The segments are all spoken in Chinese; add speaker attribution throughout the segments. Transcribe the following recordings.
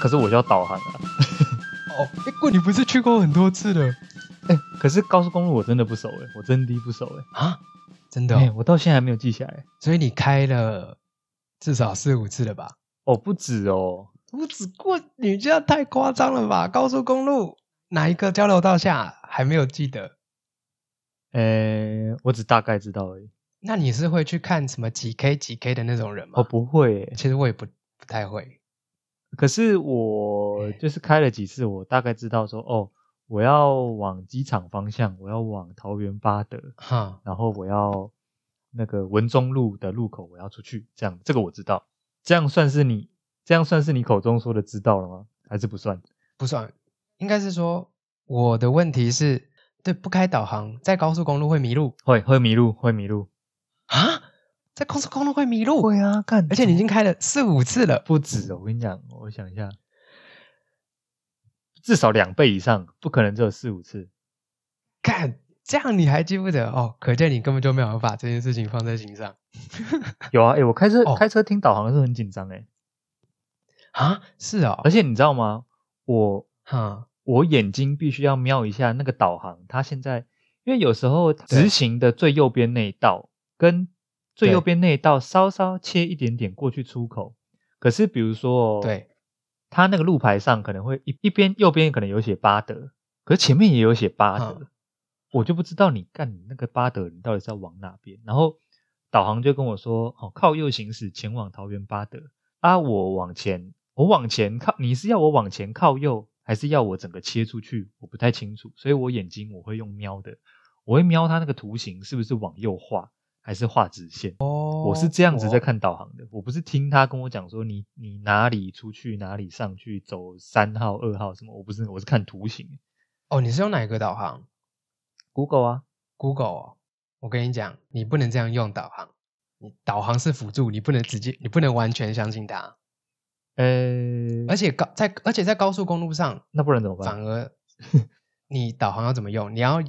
Speaker 1: 可是我叫导航啊。
Speaker 2: 哦，哎、过你不是去过很多次了
Speaker 1: 哎、可是高速公路我真的不熟哎、我真的不熟哎、
Speaker 2: 啊？真的、
Speaker 1: 欸。
Speaker 2: 哦
Speaker 1: 哎、我到现在还没有记下来。
Speaker 2: 所以你开了至少四五次了吧？
Speaker 1: 哦，不止哦，
Speaker 2: 不止过，你这样太夸张了吧？高速公路哪一个交流道下还没有记得？
Speaker 1: 呃、我只大概知道而已。
Speaker 2: 那你是会去看什么几 K 几 K 的那种人吗？
Speaker 1: 哦，不会、欸，
Speaker 2: 其实我也不不太会。
Speaker 1: 可是我就是开了几次，我大概知道说，哦，我要往机场方向，我要往桃园八德，
Speaker 2: 哈，
Speaker 1: 然后我要那个文中路的路口，我要出去，这样这个我知道。这样算是你这样算是你口中说的知道了吗？还是不算？
Speaker 2: 不算，应该是说我的问题是，对，不开导航在高速公路会迷路
Speaker 1: 会会迷路，会迷路。
Speaker 2: 啊？在高速公路会迷路？
Speaker 1: 啊，干
Speaker 2: 而且你已经开了四五次了，
Speaker 1: 不止哦，我跟你讲，我想一下，至少两倍以上，不可能只有四五次。
Speaker 2: 看这样你还记不得哦？可见你根本就没有把这件事情放在心上
Speaker 1: 有啊，哎、我开车、
Speaker 2: 哦
Speaker 1: 开车听导航是很紧张哎、
Speaker 2: 啊？是哦
Speaker 1: 而，且你知道吗？我
Speaker 2: 哈，
Speaker 1: 我眼睛必须要瞄一下那个导航，它现在因为有时候直行的最右边那一道跟最右边那一道稍稍切一点点过去出口，可是比如说、哦，
Speaker 2: 对，
Speaker 1: 它那个路牌上可能会一一边右边可能有写巴德，可是前面也有写巴德，
Speaker 2: 嗯
Speaker 1: 我就不知道你干你那个巴德你到底是要往哪边。然后导航就跟我说：“哦，靠右行驶，前往桃园巴德。”啊，我往前，我往前靠，你是要我往前靠右，还是要我整个切出去？我不太清楚，所以我眼睛我会用瞄的，我会瞄它那个图形是不是往右画，还是画直线。
Speaker 2: 哦，
Speaker 1: 我是这样子在看导航的，我不是听他跟我讲说你你哪里出去哪里上去走三号二号什么，我不是我是看图形
Speaker 2: 哦，你是用哪个导航
Speaker 1: ，Google 啊，
Speaker 2: ？Google 哦，我跟你讲，你不能这样用导航，你导航是辅助，你不能直接，你不能完全相信它。
Speaker 1: 呃、
Speaker 2: 而且高在而且在高速公路上，
Speaker 1: 那不然怎么
Speaker 2: 反
Speaker 1: 办？
Speaker 2: 而你导航要怎么用？你要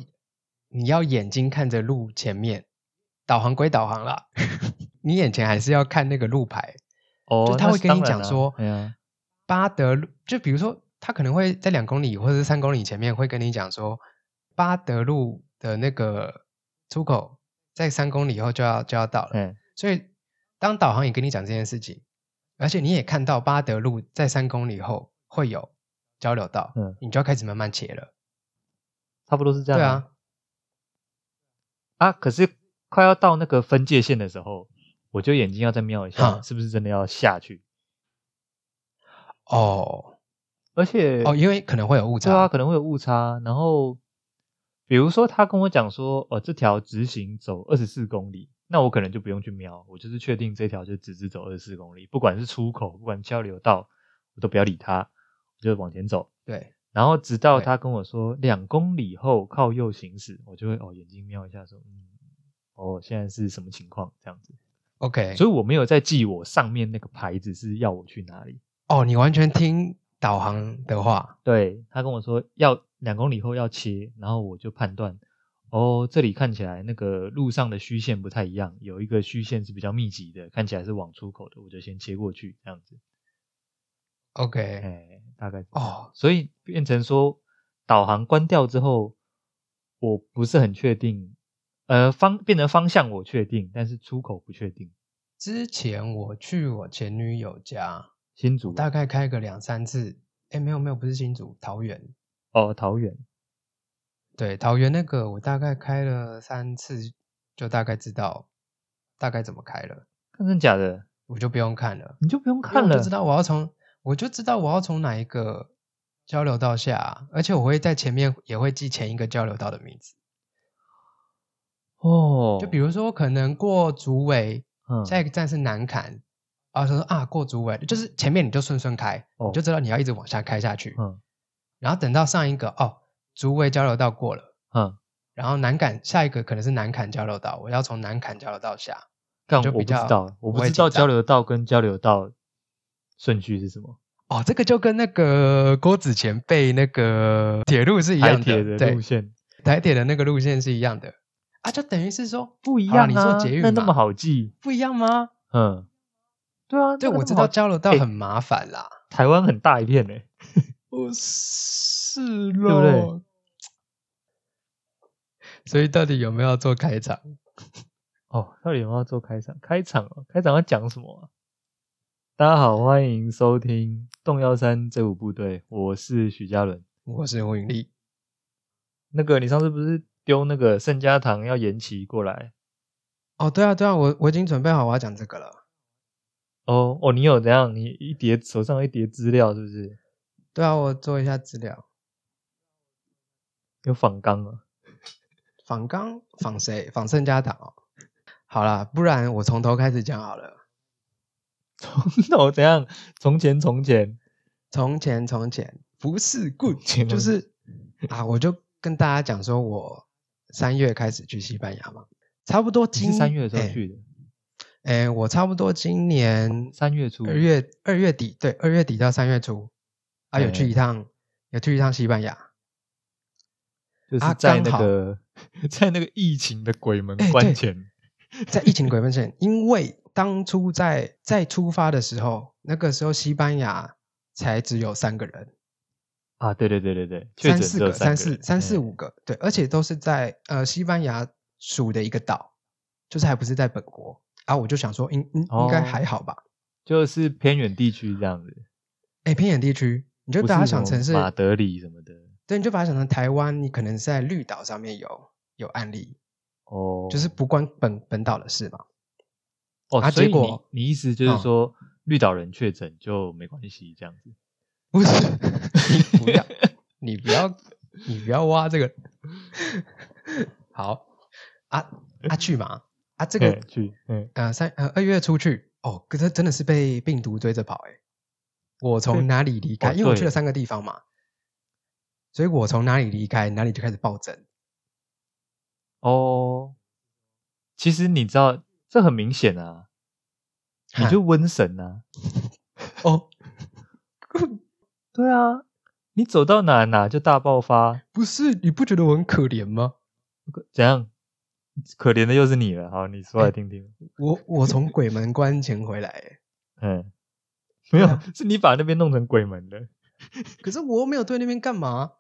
Speaker 2: 你要眼睛看着路前面，导航归导航啦， 你眼前还是要看那个路牌。
Speaker 1: 哦，
Speaker 2: 就他
Speaker 1: 那
Speaker 2: 会
Speaker 1: 是
Speaker 2: 跟你
Speaker 1: 当然
Speaker 2: 讲
Speaker 1: 啊
Speaker 2: 说
Speaker 1: 哎呀，
Speaker 2: 巴德路，就比如说他可能会在两公里或者是三公里前面会跟你讲说，巴德路的那个出口在三公里以后就要就要到了。
Speaker 1: 哎，
Speaker 2: 所以当导航也跟你讲这件事情，而且你也看到巴德路在三公里后会有交流道，
Speaker 1: 嗯
Speaker 2: 你就要开始慢慢切了。
Speaker 1: 差不多是这样。
Speaker 2: 对啊，
Speaker 1: 啊，可是快要到那个分界线的时候，我就眼睛要再瞄一下，
Speaker 2: 哈
Speaker 1: 是不是真的要下去？
Speaker 2: 哦
Speaker 1: 而且
Speaker 2: 哦，因为可能会有误
Speaker 1: 对啊，
Speaker 2: 差。
Speaker 1: 可能会有误差。然后，比如说他跟我讲说，哦，这条直行走二十四公里，那我可能就不用去瞄，我就是确定这条就直直走二十四公里，不管是出口，不管交流道，我都不要理它，我就往前走。
Speaker 2: 对，
Speaker 1: 然后直到
Speaker 2: 对
Speaker 1: 他跟我说两公里后靠右行驶，我就会哦眼睛瞄一下说，嗯，哦现在是什么情况这样子。
Speaker 2: OK，
Speaker 1: 所以我没有在记我上面那个牌子是要我去哪里。
Speaker 2: 哦，你完全听导航的话，
Speaker 1: 对他跟我说要两公里后要切，然后我就判断，哦，这里看起来那个路上的虚线不太一样，有一个虚线是比较密集的，看起来是往出口的，我就先切过去这样子。哎、
Speaker 2: OK，
Speaker 1: 大概是这样
Speaker 2: 哦，
Speaker 1: 所以变成说导航关掉之后，我不是很确定，呃方变成方向我确定，但是出口不确定。
Speaker 2: 之前我去我前女友家，
Speaker 1: 新竹
Speaker 2: 哦大概开个两三次，哎，没有没有，不是新竹，桃园，
Speaker 1: 哦，桃园
Speaker 2: 对，桃园那个我大概开了三次，就大概知道大概怎么开了，
Speaker 1: 看真假的，
Speaker 2: 我就不用看了，
Speaker 1: 你就不用
Speaker 2: 因为
Speaker 1: 看
Speaker 2: 我
Speaker 1: 了
Speaker 2: 就知道我要从，我就知道我要从哪一个交流道下啊，而且我会在前面也会记前一个交流道的名字，
Speaker 1: 哦。
Speaker 2: 就比如说可能过竹围，
Speaker 1: 嗯
Speaker 2: 下一个站是南坎，啊，他说啊过竹围，就是前面你就顺顺开，
Speaker 1: 哦
Speaker 2: 你就知道你要一直往下开下去，
Speaker 1: 嗯
Speaker 2: 然后等到上一个哦竹围交流道过了。
Speaker 1: 嗯，
Speaker 2: 然后南坎下一个可能是南坎交流道，我要从南坎交流道下。
Speaker 1: 但
Speaker 2: 就
Speaker 1: 我不
Speaker 2: 比
Speaker 1: 知
Speaker 2: 较
Speaker 1: 道，我
Speaker 2: 不
Speaker 1: 不
Speaker 2: 会
Speaker 1: 知
Speaker 2: 紧
Speaker 1: 道交
Speaker 2: 张
Speaker 1: 流道跟交流道顺序是什么，
Speaker 2: 哦，这个就跟那个郭子乾背那个铁路是一
Speaker 1: 台
Speaker 2: 样
Speaker 1: 铁
Speaker 2: 的，
Speaker 1: 的
Speaker 2: 对
Speaker 1: 路，线
Speaker 2: 台铁的那个路线是一样的啊，就等于是说
Speaker 1: 不一
Speaker 2: 好啦
Speaker 1: 样
Speaker 2: 你说
Speaker 1: 啊
Speaker 2: 捷运
Speaker 1: 那那
Speaker 2: 嘛
Speaker 1: 么好记，
Speaker 2: 不一样吗？
Speaker 1: 嗯，对啊，
Speaker 2: 对，
Speaker 1: 那个
Speaker 2: 我
Speaker 1: 那
Speaker 2: 知
Speaker 1: 么好
Speaker 2: 道交流道
Speaker 1: 哎
Speaker 2: 很麻烦啦，
Speaker 1: 台湾很大一 片呢、
Speaker 2: 哦，是
Speaker 1: 不对
Speaker 2: 咯。 所以到底有没有要做开场？
Speaker 1: 哦，到底有没有做开场？开场哦，开场要讲什么啊、大家好，欢迎收听《动幺三这五部队》，我是许嘉伦。
Speaker 2: 我是胡云丽，
Speaker 1: 那个，你上次不是丢那个圣家堂要延期过来？
Speaker 2: 哦，对啊，对啊，我我已经准备好我要讲这个了。
Speaker 1: 哦哦，你有怎样？你一叠手上一叠资料是不是？
Speaker 2: 对啊，我做一下资料。
Speaker 1: 有仿纲 啊？
Speaker 2: 仿刚仿谁？仿盛家堂哦。好啦，不然我从头开始讲好了。
Speaker 1: 从头怎样？从前从前，
Speaker 2: 从前从前不是 good，
Speaker 1: 前
Speaker 2: 就
Speaker 1: 从
Speaker 2: 是啊，我就跟大家讲说，我三月开始去西班牙嘛，差不多
Speaker 1: 你
Speaker 2: 今
Speaker 1: 是三月的时候
Speaker 2: 哎
Speaker 1: 去的，
Speaker 2: 哎、我差不多今年
Speaker 1: 三月初
Speaker 2: 二月二月底，对，二月底到三月初啊，有
Speaker 1: 哎
Speaker 2: 去一趟，有去一趟西班牙。
Speaker 1: 就是
Speaker 2: 啊
Speaker 1: 在
Speaker 2: 刚
Speaker 1: 那
Speaker 2: 好
Speaker 1: 个、在那个疫情的鬼门
Speaker 2: 哎
Speaker 1: 关
Speaker 2: 对
Speaker 1: 前。
Speaker 2: 在疫情鬼门前，因为当初在在出发的时候，那个时候西班牙才只有三个人，
Speaker 1: 啊，对对对对对，确
Speaker 2: 三
Speaker 1: 诊
Speaker 2: 四
Speaker 1: 只有
Speaker 2: 个，三
Speaker 1: 个
Speaker 2: 四
Speaker 1: 人
Speaker 2: 三四，
Speaker 1: 嗯
Speaker 2: 五个，对，而且都是在呃西班牙属的一个岛，就是还不是在本国啊。我就想说，应应应该
Speaker 1: 哦
Speaker 2: 还好吧？
Speaker 1: 就是偏远地区这样子，
Speaker 2: 哎、偏远地区，你就
Speaker 1: 不
Speaker 2: 把它
Speaker 1: 是什
Speaker 2: 想
Speaker 1: 么
Speaker 2: 成是，
Speaker 1: 马德里什么的
Speaker 2: 对，你就把它想成台湾，你可能是在绿岛上面有有案例，
Speaker 1: 哦，
Speaker 2: 就是不关本本岛的事嘛。
Speaker 1: 哦，
Speaker 2: 啊
Speaker 1: 所以
Speaker 2: 结果
Speaker 1: 你你意思就是
Speaker 2: 嗯
Speaker 1: 说绿岛人确诊就没关系这样子，
Speaker 2: 不是， 你不要，你不要，你不要挖这个。 好，啊啊去嘛啊这个
Speaker 1: 嗯去嗯，
Speaker 2: 呃三呃二月出去哦，可是真的是被病毒追着跑哎、我
Speaker 1: 对
Speaker 2: 从哪里离开？
Speaker 1: 哦
Speaker 2: 因为我
Speaker 1: 对
Speaker 2: 去了三个地方嘛，所以我从哪里离开，哪里就开始暴增。
Speaker 1: 哦，其实你知道这很明显啊，你就瘟神啊，
Speaker 2: 哦，
Speaker 1: 对啊，你走到哪哪就大爆发，
Speaker 2: 不是，你不觉得我很可怜吗？
Speaker 1: 怎样？可怜的又是你了，好，你说来
Speaker 2: 哎
Speaker 1: 听听，
Speaker 2: 我我从鬼门关前回来、欸，
Speaker 1: 嗯，没有
Speaker 2: 对啊，
Speaker 1: 是你把那边弄成鬼门的，
Speaker 2: 可是我又没有对那边干嘛。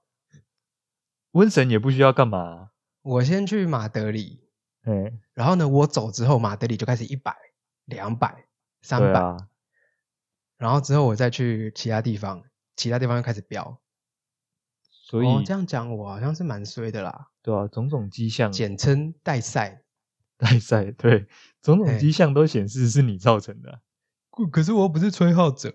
Speaker 1: 瘟神也不需要干嘛啊、
Speaker 2: 我先去马德里，
Speaker 1: 哎，
Speaker 2: 然后呢，我走之后，马德里就开始一百、两百、三
Speaker 1: 对
Speaker 2: 百，
Speaker 1: 啊，
Speaker 2: 然后之后我再去其他地方，其他地方又开始飙。
Speaker 1: 所以、
Speaker 2: 哦，这样讲我好像是蛮衰的啦，
Speaker 1: 对啊，种种迹象，
Speaker 2: 简称代赛。
Speaker 1: 代赛对，种种
Speaker 2: 哎
Speaker 1: 迹象都显示是你造成的啊、
Speaker 2: 可是我不是吹号者，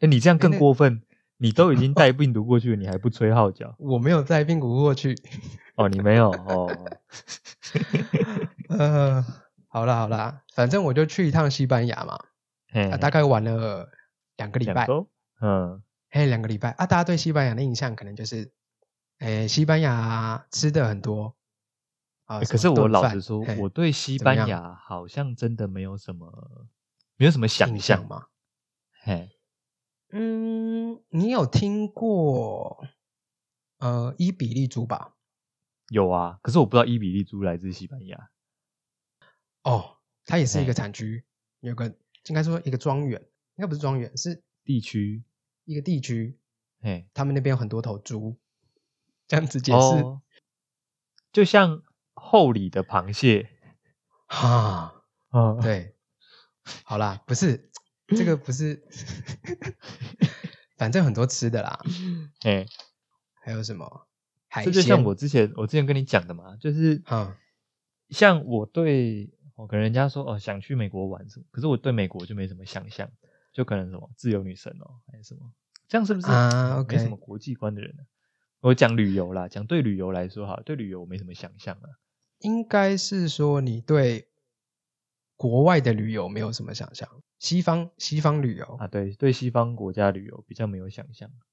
Speaker 1: 哎，你这样更
Speaker 2: 那
Speaker 1: 过分，你都已经 带病毒过去了，你还不吹号角？
Speaker 2: 我没有带病毒过去。
Speaker 1: 哦，你没有 哦，
Speaker 2: 呃，好啦好啦，反正我就去一趟西班牙嘛，
Speaker 1: 嘿
Speaker 2: 啊，大概玩了两个
Speaker 1: 嗯
Speaker 2: 礼
Speaker 1: 两
Speaker 2: 拜，
Speaker 1: 周，嗯，
Speaker 2: 嘿，两个礼拜啊，大家对西班牙的印象可能就是，诶，西班牙吃的很多啊、
Speaker 1: 哎
Speaker 2: 什
Speaker 1: 可
Speaker 2: 么
Speaker 1: 是我
Speaker 2: 炖
Speaker 1: 老
Speaker 2: 饭
Speaker 1: 实说，
Speaker 2: 嘿
Speaker 1: 我对西
Speaker 2: 怎么
Speaker 1: 班
Speaker 2: 样
Speaker 1: 牙好像真的没有什么，没有什么想
Speaker 2: 印象
Speaker 1: 象，
Speaker 2: 嘛，
Speaker 1: 嘿，
Speaker 2: 嗯，你有听过呃伊比利猪吧？
Speaker 1: 有啊，可是我不知道伊比利猪来自西班牙，
Speaker 2: 哦，它也是一
Speaker 1: 哎
Speaker 2: 个产区，有个应该说一个庄园，应该不是庄园，是
Speaker 1: 地区，
Speaker 2: 一个地区，
Speaker 1: 嘿，
Speaker 2: 他们那边有很多头猪，这样子解释
Speaker 1: 哦，就像厚里的螃蟹，
Speaker 2: 哈，
Speaker 1: 嗯，
Speaker 2: 对，好啦，不是这个不是， 反正很多吃的啦，
Speaker 1: 嘿。
Speaker 2: 还有什么海
Speaker 1: 这就像
Speaker 2: 鲜，
Speaker 1: 我之前我之前跟你讲的嘛，就是
Speaker 2: 嗯
Speaker 1: 像我对哦，可能人家说哦想去美国玩什么，可是我对美国就没什么想象，就可能什么自由女神哦，还是什么，这样是不是
Speaker 2: 啊
Speaker 1: 没什
Speaker 2: ，OK
Speaker 1: 么国际观的人呢、啊我讲旅游啦，讲对旅游来说哈，对旅游我没什么想象啊。
Speaker 2: 应该是说你对国外的旅游没有什么想象，西方西方旅游，
Speaker 1: 啊，对，对西方国家旅游比较没有想象。啊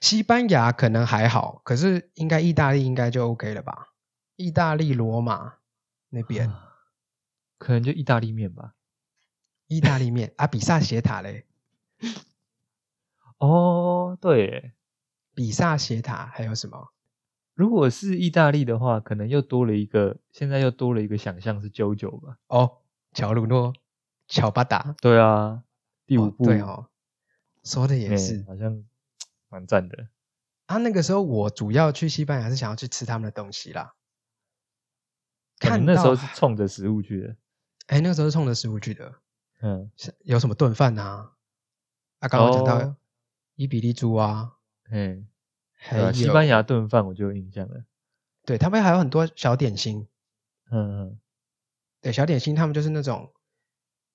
Speaker 2: 西班牙可能还好，可是应该意大利应该就 OK 了吧？意大利罗马那边，
Speaker 1: 嗯可能就意大利面吧。
Speaker 2: 意大利面啊，比萨斜塔嘞，
Speaker 1: 哦，对耶，
Speaker 2: 比萨斜塔还有什么？
Speaker 1: 如果是意大利的话，可能又多了一个，现在又多了一个想象是 JoJo 吧。
Speaker 2: 哦，乔鲁诺、乔巴达，
Speaker 1: 对啊，第五
Speaker 2: 哦
Speaker 1: 部，
Speaker 2: 对哦，说的也
Speaker 1: 哎
Speaker 2: 是。
Speaker 1: 好像蛮赞的。
Speaker 2: 啊，那个时候我主要去西班牙是想要去吃他们的东西啦。
Speaker 1: 可
Speaker 2: 看
Speaker 1: 能那时
Speaker 2: 到
Speaker 1: 候是冲着食物 去的，
Speaker 2: 哎，那个时候是冲着食物去的，
Speaker 1: 嗯，
Speaker 2: 是有什么炖饭啊？啊，刚刚讲到
Speaker 1: 哦
Speaker 2: 伊比利猪啊，
Speaker 1: 哎，
Speaker 2: 还
Speaker 1: 对
Speaker 2: 有
Speaker 1: 啊西班牙炖饭我就有印象了，
Speaker 2: 对他们还有很多小点心，
Speaker 1: 嗯嗯，
Speaker 2: 对小点心，他们就是那种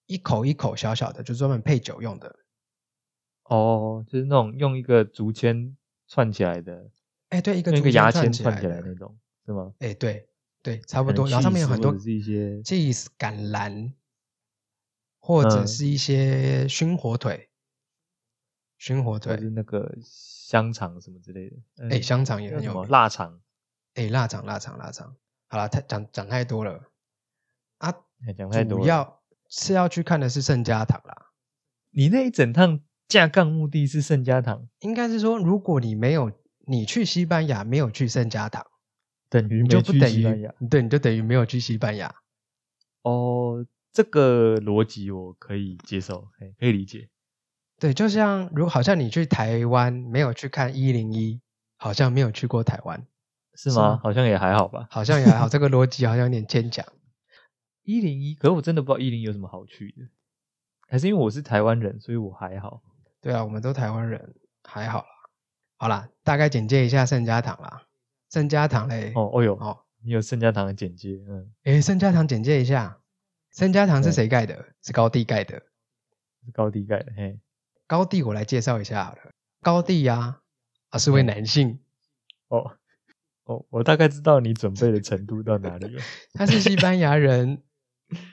Speaker 2: 一口一口小小的，就专门配酒用的。
Speaker 1: 哦，就是那种用一个竹签串起来的，
Speaker 2: 哎，对，一个
Speaker 1: 用一
Speaker 2: 竹
Speaker 1: 个牙
Speaker 2: 签
Speaker 1: 签
Speaker 2: 串
Speaker 1: 串
Speaker 2: 起
Speaker 1: 起
Speaker 2: 来
Speaker 1: 来
Speaker 2: 的
Speaker 1: 那种，是吗？
Speaker 2: 哎，对对，差不
Speaker 1: 可能
Speaker 2: 多。然后上面有
Speaker 1: cheese
Speaker 2: 很多
Speaker 1: 或者是一些
Speaker 2: cheese 橄榄，或者
Speaker 1: 嗯
Speaker 2: 是一些熏火腿，熏火
Speaker 1: 或
Speaker 2: 腿
Speaker 1: 是，那个香肠什么之类的，
Speaker 2: 哎，
Speaker 1: 嗯
Speaker 2: 香肠也
Speaker 1: 叫
Speaker 2: 很
Speaker 1: 什
Speaker 2: 有
Speaker 1: 么
Speaker 2: 名。
Speaker 1: 腊肠，
Speaker 2: 哎，腊肠，腊肠，腊肠。好了，太讲讲太多了啊！
Speaker 1: 哎讲太多
Speaker 2: 主
Speaker 1: 了。
Speaker 2: 要是要去看的是圣家堂啦。
Speaker 1: 你那一整趟架杠目的是圣家堂，
Speaker 2: 应该是说，如果你没有你去西班牙没有去圣家堂，
Speaker 1: 等于
Speaker 2: 你
Speaker 1: 没
Speaker 2: 就不
Speaker 1: 去
Speaker 2: 等
Speaker 1: 西班
Speaker 2: 于
Speaker 1: 牙
Speaker 2: 对，你就等于没有去西班牙。
Speaker 1: 哦。这个逻辑我可以接受，哎可以理解。
Speaker 2: 对，就像如好像你去台湾没有去看一零一，好像没有去过台湾，
Speaker 1: 是
Speaker 2: 是
Speaker 1: 吗？
Speaker 2: 吗
Speaker 1: 好像也还好吧。
Speaker 2: 好像也 还好，这个逻辑好像有点牵强。
Speaker 1: 一零一，可是我真的不知道一零有什么好去的，还是因为我是台湾人，所以我还好。
Speaker 2: 对啊，我们都台湾人，还好啦。好啦，大概简介一下圣家堂啦。圣家堂嘞，
Speaker 1: 哦，哦哟，
Speaker 2: 哦，
Speaker 1: 你有圣家堂的简介，嗯，
Speaker 2: 诶，圣家堂简介一下，圣家堂是
Speaker 1: 对
Speaker 2: 谁盖的？是高地盖的。
Speaker 1: 是高低盖的，嘿，
Speaker 2: 高地我来介绍一下好了。高地呀、啊，是位
Speaker 1: 嗯
Speaker 2: 男性，
Speaker 1: 哦，哦，我大概知道你准备的程度到哪里了。
Speaker 2: 他是西班牙人。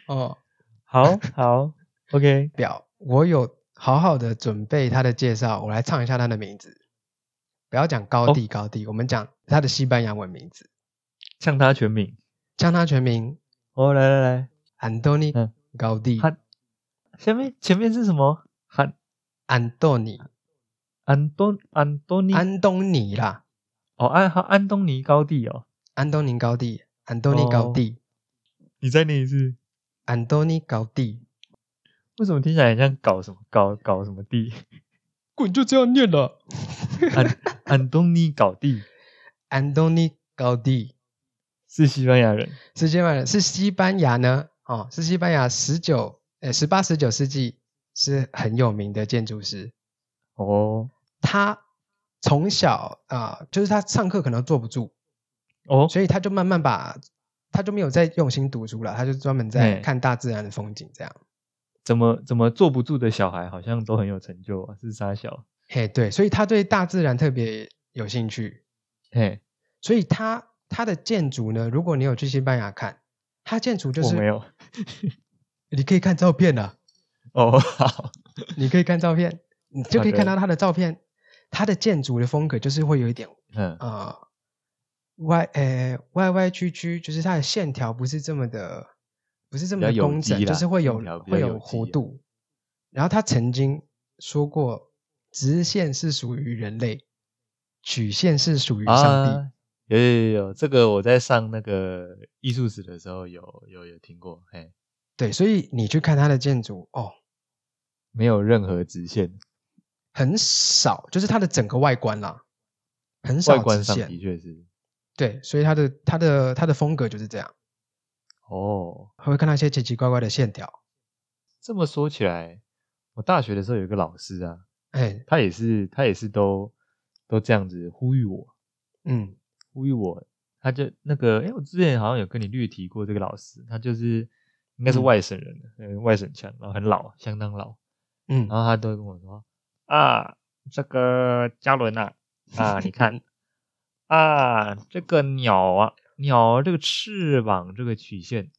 Speaker 2: 哦，
Speaker 1: 好，好，OK，
Speaker 2: 表，我有好好的准备他的介绍，我来唱一下他的名字。不要讲高地，高地，我们讲他的西班牙文名字，
Speaker 1: 呛他全名。
Speaker 2: 将他全名
Speaker 1: 哦，来来来，
Speaker 2: 安东尼
Speaker 1: 嗯
Speaker 2: 高地，
Speaker 1: 汉，前面前面是什么？汉
Speaker 2: 安东尼，
Speaker 1: 安东安东尼
Speaker 2: 安东尼啦，
Speaker 1: 哦，安好安东尼高地哦，
Speaker 2: 安东尼高地，安东尼高地，
Speaker 1: 你再念一次。
Speaker 2: 安东尼高地，
Speaker 1: 为什么听起来很像搞什么搞搞什么地？
Speaker 2: 滚就这样念了，
Speaker 1: 安安东尼搞地
Speaker 2: 安东尼高地
Speaker 1: 是西班牙人，
Speaker 2: 是西班牙，是西班牙呢，哦，是西班牙十九呃十八十九世纪是很有名的建筑师，
Speaker 1: 哦
Speaker 2: 他从小啊、就是他上课可能坐不住，
Speaker 1: 哦，
Speaker 2: 所以他就慢慢把，他就没有再用心读书了，他就专门在
Speaker 1: 嗯
Speaker 2: 看大自然的风景这样。
Speaker 1: 怎么怎么坐不住的小孩，好像都很有成就啊，是傻小。
Speaker 2: 嘿，对，所以他对大自然特别有兴趣，
Speaker 1: 嘿，
Speaker 2: 所以他他的建筑呢，如果你有去西班牙看，他建筑就
Speaker 1: 我没
Speaker 2: 是
Speaker 1: 有。
Speaker 2: 你可以看照片啊，
Speaker 1: 哦，好，
Speaker 2: 你可以看照片，你就可以
Speaker 1: 好的
Speaker 2: 看到他的照片，他的建筑的风格就是会有一点
Speaker 1: 嗯，
Speaker 2: 呃歪呃歪歪曲曲，就是它的线条不是这么的，不是这么
Speaker 1: 比
Speaker 2: 的
Speaker 1: 较有
Speaker 2: 工整，
Speaker 1: 机
Speaker 2: 就
Speaker 1: 啦
Speaker 2: 是会有
Speaker 1: 线条比较
Speaker 2: 会
Speaker 1: 有
Speaker 2: 有
Speaker 1: 机
Speaker 2: 弧
Speaker 1: 啊
Speaker 2: 度。然后他曾经说过，直线是属于人类，曲线是属于上帝。
Speaker 1: 啊，有有有有，这个我在上那个艺术史的时候有有有听过，嘿，
Speaker 2: 对，所以你去看他的建筑哦，
Speaker 1: 没有任何直线，
Speaker 2: 很少，就是它的整个外观啦，很
Speaker 1: 外
Speaker 2: 少
Speaker 1: 观
Speaker 2: 直
Speaker 1: 上的
Speaker 2: 线。
Speaker 1: 确是。
Speaker 2: 对，所以它的它的它的风格就是这样，
Speaker 1: 哦，
Speaker 2: 还会看到一些奇奇怪怪的线条。
Speaker 1: 这么说起来，我大学的时候有一个老师啊，
Speaker 2: 哎，
Speaker 1: 他也是他也是都都这样子呼吁我，
Speaker 2: 嗯，
Speaker 1: 呼吁我，他就那个，哎、我之前好像有跟你略提过这个老师，他就是应该是
Speaker 2: 嗯
Speaker 1: 外省人，嗯、外省腔，然后很老，相当老，
Speaker 2: 嗯
Speaker 1: 然后他都会跟我说啊，这个嘉伦啊，啊，你看啊，这个鸟啊，鸟这个翅膀这个曲线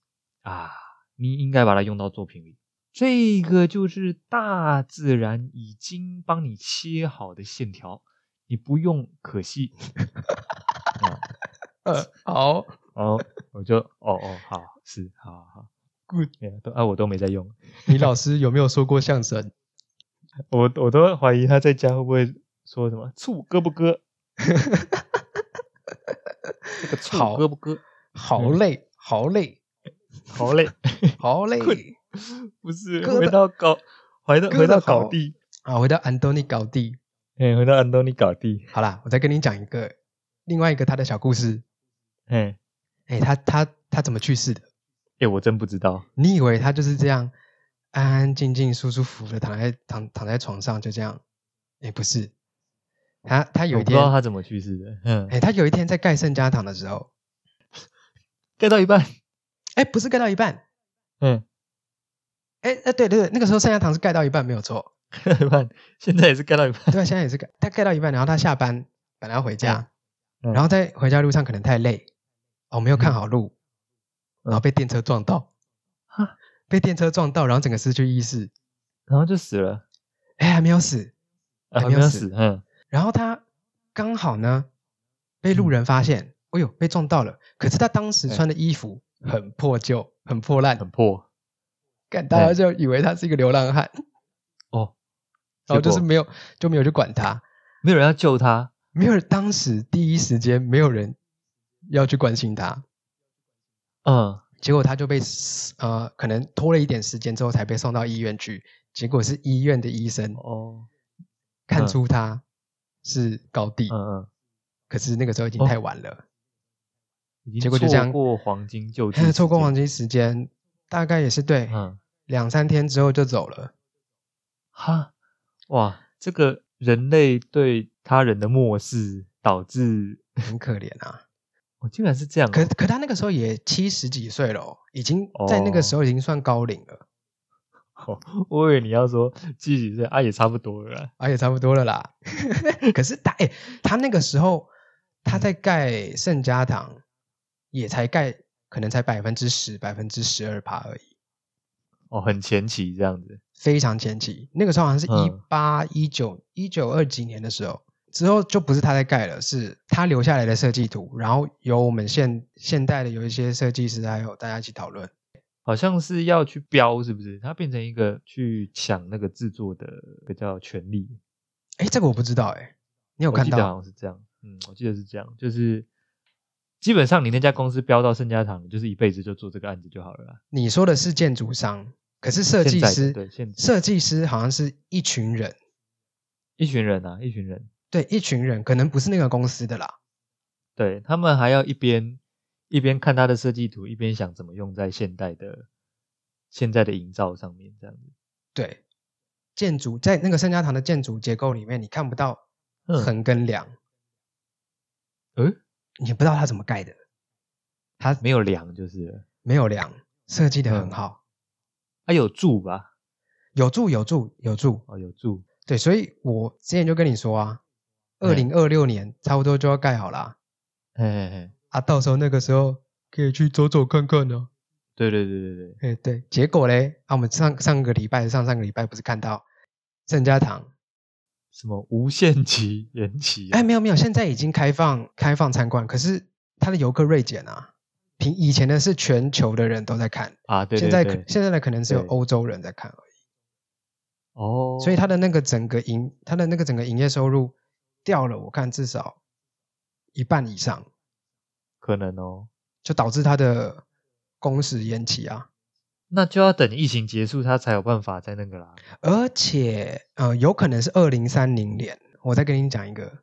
Speaker 1: 啊，你应该把它用到作品里。这个就是大自然已经帮你切好的线条，你不用可惜。
Speaker 2: 呃，好
Speaker 1: 然后我就哦哦好是好好好
Speaker 2: ，good。
Speaker 1: 对啊都啊我都没在用，
Speaker 2: 你老师有没有说过相声？
Speaker 1: 我我都怀疑他在家会不会说什么醋割不 割， 这个醋
Speaker 2: 好
Speaker 1: 割不割，
Speaker 2: 好累，好累，
Speaker 1: 好嘞，
Speaker 2: 好累，
Speaker 1: 困不是
Speaker 2: 割的
Speaker 1: 回到高回到
Speaker 2: 哥
Speaker 1: 回到
Speaker 2: 的好
Speaker 1: 搞地，
Speaker 2: 啊，回到安东尼搞地，
Speaker 1: 哎，回到安东尼搞地，
Speaker 2: 好啦，我再跟你讲一个另外一个他的小故事。
Speaker 1: 哎
Speaker 2: 哎，他他他怎么去世的？
Speaker 1: 哎，我真不知道，
Speaker 2: 你以为他就是这样安安静静、舒舒服服的躺在躺躺在床上就这样？哎，不是，他他有
Speaker 1: 我
Speaker 2: 一
Speaker 1: 不知道
Speaker 2: 天，
Speaker 1: 他怎么去世的，嗯，
Speaker 2: 哎，他有一天在盖圣家堂的时候，
Speaker 1: 盖到一半，
Speaker 2: 哎，不是盖到一半，
Speaker 1: 嗯，
Speaker 2: 哎哎，对对对，那个时候圣家堂是盖到一半没有错，
Speaker 1: 盖到一半，现在也是盖到一半，
Speaker 2: 对啊，现在也是盖，他盖到一半，然后他下班本来要回家，
Speaker 1: 嗯嗯嗯
Speaker 2: 然后在回家路上可能太累，哦，没有看好路，然后被电车撞到，
Speaker 1: 哈
Speaker 2: 被电车撞到，然后整个失去意识，
Speaker 1: 然后就死了，
Speaker 2: 哎，还没有死，
Speaker 1: 啊
Speaker 2: 还
Speaker 1: 还
Speaker 2: 没
Speaker 1: 没
Speaker 2: 有
Speaker 1: 有
Speaker 2: 死
Speaker 1: 死，嗯，
Speaker 2: 然后他刚好呢被
Speaker 1: 嗯
Speaker 2: 路人发现，哎呦被撞到了，可是他当时
Speaker 1: 哎
Speaker 2: 穿的衣服很破旧，很破烂
Speaker 1: 很，破
Speaker 2: 干大家就以为他是一个流浪汉，
Speaker 1: 哎哦，
Speaker 2: 然后就是
Speaker 1: 结果
Speaker 2: 没有就没有去管他，
Speaker 1: 没有人要救他，
Speaker 2: 没有人当时第一时间没有人要去关心他，
Speaker 1: 嗯，
Speaker 2: 结果他就被呃可能拖了一点时间之后才被送到医院去，结果是医院的医生
Speaker 1: 哦，
Speaker 2: 看
Speaker 1: 嗯
Speaker 2: 出他是高地，
Speaker 1: 嗯嗯，
Speaker 2: 可是那个时候已经
Speaker 1: 哦
Speaker 2: 太晚了，
Speaker 1: 已经
Speaker 2: 结果就这样
Speaker 1: 错过黄金救
Speaker 2: 他
Speaker 1: 治，
Speaker 2: 错过黄，金时间，大概也是对、
Speaker 1: 嗯，
Speaker 2: 两三天之后就走了。
Speaker 1: 哈，哇，这个人类对他人的漠视导致，
Speaker 2: 很可怜 啊，
Speaker 1: 我、竟然是这样哦、
Speaker 2: 可可他那个时候也七十几岁了哦、已经在那个时候已经算高龄了，
Speaker 1: 我以为你要说七十几岁啊，也差不多了啦。
Speaker 2: 啊也差不多了啦。 可是他哎、他那个时候他
Speaker 1: 嗯
Speaker 2: 在盖圣家堂，也才盖可能才百分之十、百分之十二趴而已，
Speaker 1: 哦，很前期这样子。
Speaker 2: 非常前期。那个时候好像是一
Speaker 1: 嗯
Speaker 2: 八一九一九二几年的时候。之后就不是他在盖了，是他留下来的设计图，然后由我们现现代的有一些设计师还有大家一起讨论。
Speaker 1: 好像是要去标，是不是？它变成一个去抢那个制作的比较权利。
Speaker 2: 哎，这个我不知道哎、你有
Speaker 1: 我
Speaker 2: 看
Speaker 1: 记得
Speaker 2: 到？
Speaker 1: 好像是这样，嗯，我记得是这样，就是基本上你那家公司标到盛家堂，你就是一辈子就做这个案子就好了啦。
Speaker 2: 你说的是建筑商，可是设
Speaker 1: 现
Speaker 2: 计
Speaker 1: 在的
Speaker 2: 师
Speaker 1: 对，现
Speaker 2: 设计师好像是一群人，
Speaker 1: 一群人啊，一群人，
Speaker 2: 对，一群人，可能不是那个公司的啦。
Speaker 1: 对他们还要一边一边看他的设计图，一边想怎么用在现代的现在的营造上面，这样子。
Speaker 2: 对，建筑在那个圣家堂的建筑结构里面，你看不到
Speaker 1: 嗯
Speaker 2: 横跟梁，
Speaker 1: 诶
Speaker 2: 你不知道他怎么盖的，他
Speaker 1: 没有梁就是了，
Speaker 2: 没有梁，设计的很
Speaker 1: 嗯
Speaker 2: 好，
Speaker 1: 它、有柱吧？
Speaker 2: 有柱有柱有柱。
Speaker 1: 哦，有柱，
Speaker 2: 对，所以我之前就跟你说啊，二
Speaker 1: 嗯
Speaker 2: 零二六年差不多就要盖好啦。
Speaker 1: 嘿嘿嘿，
Speaker 2: 啊，到时候那个时候可以去走走看看呢、
Speaker 1: 对对对对对，
Speaker 2: 哎，对，结果嘞，啊，我们上上个礼拜、上上个礼拜不是看到圣家堂？
Speaker 1: 什么无限期延期、啊？
Speaker 2: 哎，没有没有，现在已经开放开放参观，可是它的游客锐减啊。平以前的是全球的人都在看，
Speaker 1: 啊，对对
Speaker 2: 现在
Speaker 1: 对
Speaker 2: 可现在的可能是有
Speaker 1: 对
Speaker 2: 欧洲人在看而已，
Speaker 1: 哦，
Speaker 2: 所以它的那个整个营，它的那个整个营业收入掉了，我看至少一半以上，
Speaker 1: 可能哦，
Speaker 2: 就导致它的工时延期啊。
Speaker 1: 那就要等疫情结束，他才有办法在那个啦。
Speaker 2: 而且，呃，有可能是二零三零年，我再跟你讲一个，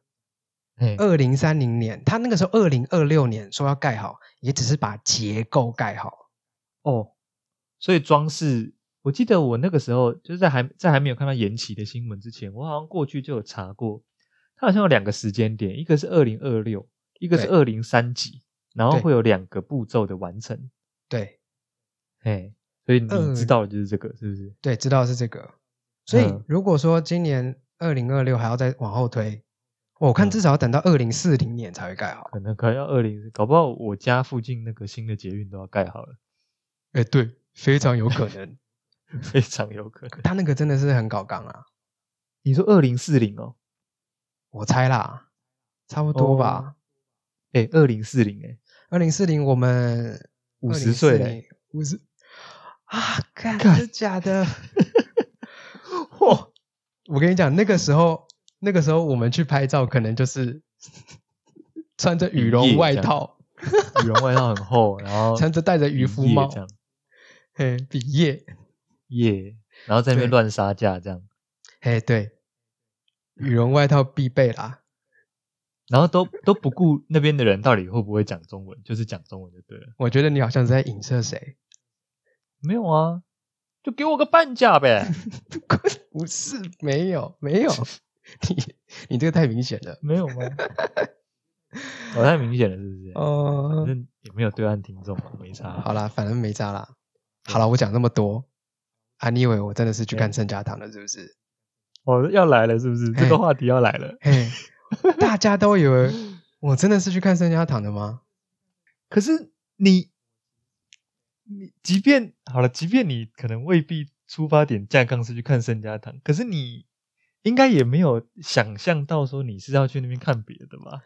Speaker 1: 嘿
Speaker 2: 二零三零年，他那个时候二零二六年说要盖好，也只是把结构盖好。
Speaker 1: 哦，所以装饰，我记得我那个时候就是在还在还没有看到延期的新闻之前，我好像过去就有查过，它好像有两个时间点，一个是二零二六，一个是
Speaker 2: 对
Speaker 1: 二零三几，然后
Speaker 2: 对
Speaker 1: 会有两个步骤的完成。
Speaker 2: 对
Speaker 1: 嘿，所以你
Speaker 2: 嗯
Speaker 1: 知道的就是这个，是不是？
Speaker 2: 对，知道是这个。所以
Speaker 1: 嗯
Speaker 2: 如果说今年二零二六还要再往后推，我看
Speaker 1: 嗯
Speaker 2: 至少要等到二零四零年才会盖好。
Speaker 1: 可能可能要二零，搞不好我家附近那个新的捷运都要盖好了，
Speaker 2: 哎，对，非常有可能。
Speaker 1: 非常有可能。
Speaker 2: 他那个真的是很搞纲啊，
Speaker 1: 你说二零四零哦，
Speaker 2: 我猜啦，差不多吧。
Speaker 1: 哎、2二零四零哎，
Speaker 2: 二零四零我们
Speaker 1: 50岁嘞，
Speaker 2: 五十啊，干，
Speaker 1: 干
Speaker 2: 真的假 的？我跟你讲，那个时候，那个时候我们去拍照，可能就是穿着羽
Speaker 1: 雨
Speaker 2: 绒
Speaker 1: 夜
Speaker 2: 外
Speaker 1: 这样
Speaker 2: 套，
Speaker 1: 羽绒外套很
Speaker 2: 哦
Speaker 1: 厚，然后
Speaker 2: 穿着戴着渔
Speaker 1: 雨
Speaker 2: 夫
Speaker 1: 夜
Speaker 2: 帽
Speaker 1: 这，样，
Speaker 2: 呃嘿，比耶。
Speaker 1: 耶、然后在那边
Speaker 2: 对
Speaker 1: 乱杀价这样，
Speaker 2: 嘿，哎对，羽绒外套必备啦。
Speaker 1: 然后都都不顾那边的人到底会不会讲中文，就是讲中文就对了。
Speaker 2: 我觉得你好像是在影射谁？
Speaker 1: 没有啊，就给我个半价呗。
Speaker 2: 不是，没有，没有， 你你这个太明显了。
Speaker 1: 没有 吗？我、太明显了，是不是？反、
Speaker 2: 哦
Speaker 1: 正也没有对岸听众嘛，没差。
Speaker 2: 好啦，反正没渣啦。好了，我讲那么多啊，你以为我真的是去
Speaker 1: 对
Speaker 2: 看圣家堂了，是不是？
Speaker 1: 我、哦要来了，是不是？这个话题要来了。
Speaker 2: 嘿，哎大家都以为我真的是去看圣家堂的吗？
Speaker 1: 可是你，你即便好了，即便你可能未必出发点架杠是去看圣家堂，可是你应该也没有想象到说你是要去那边看别的吧？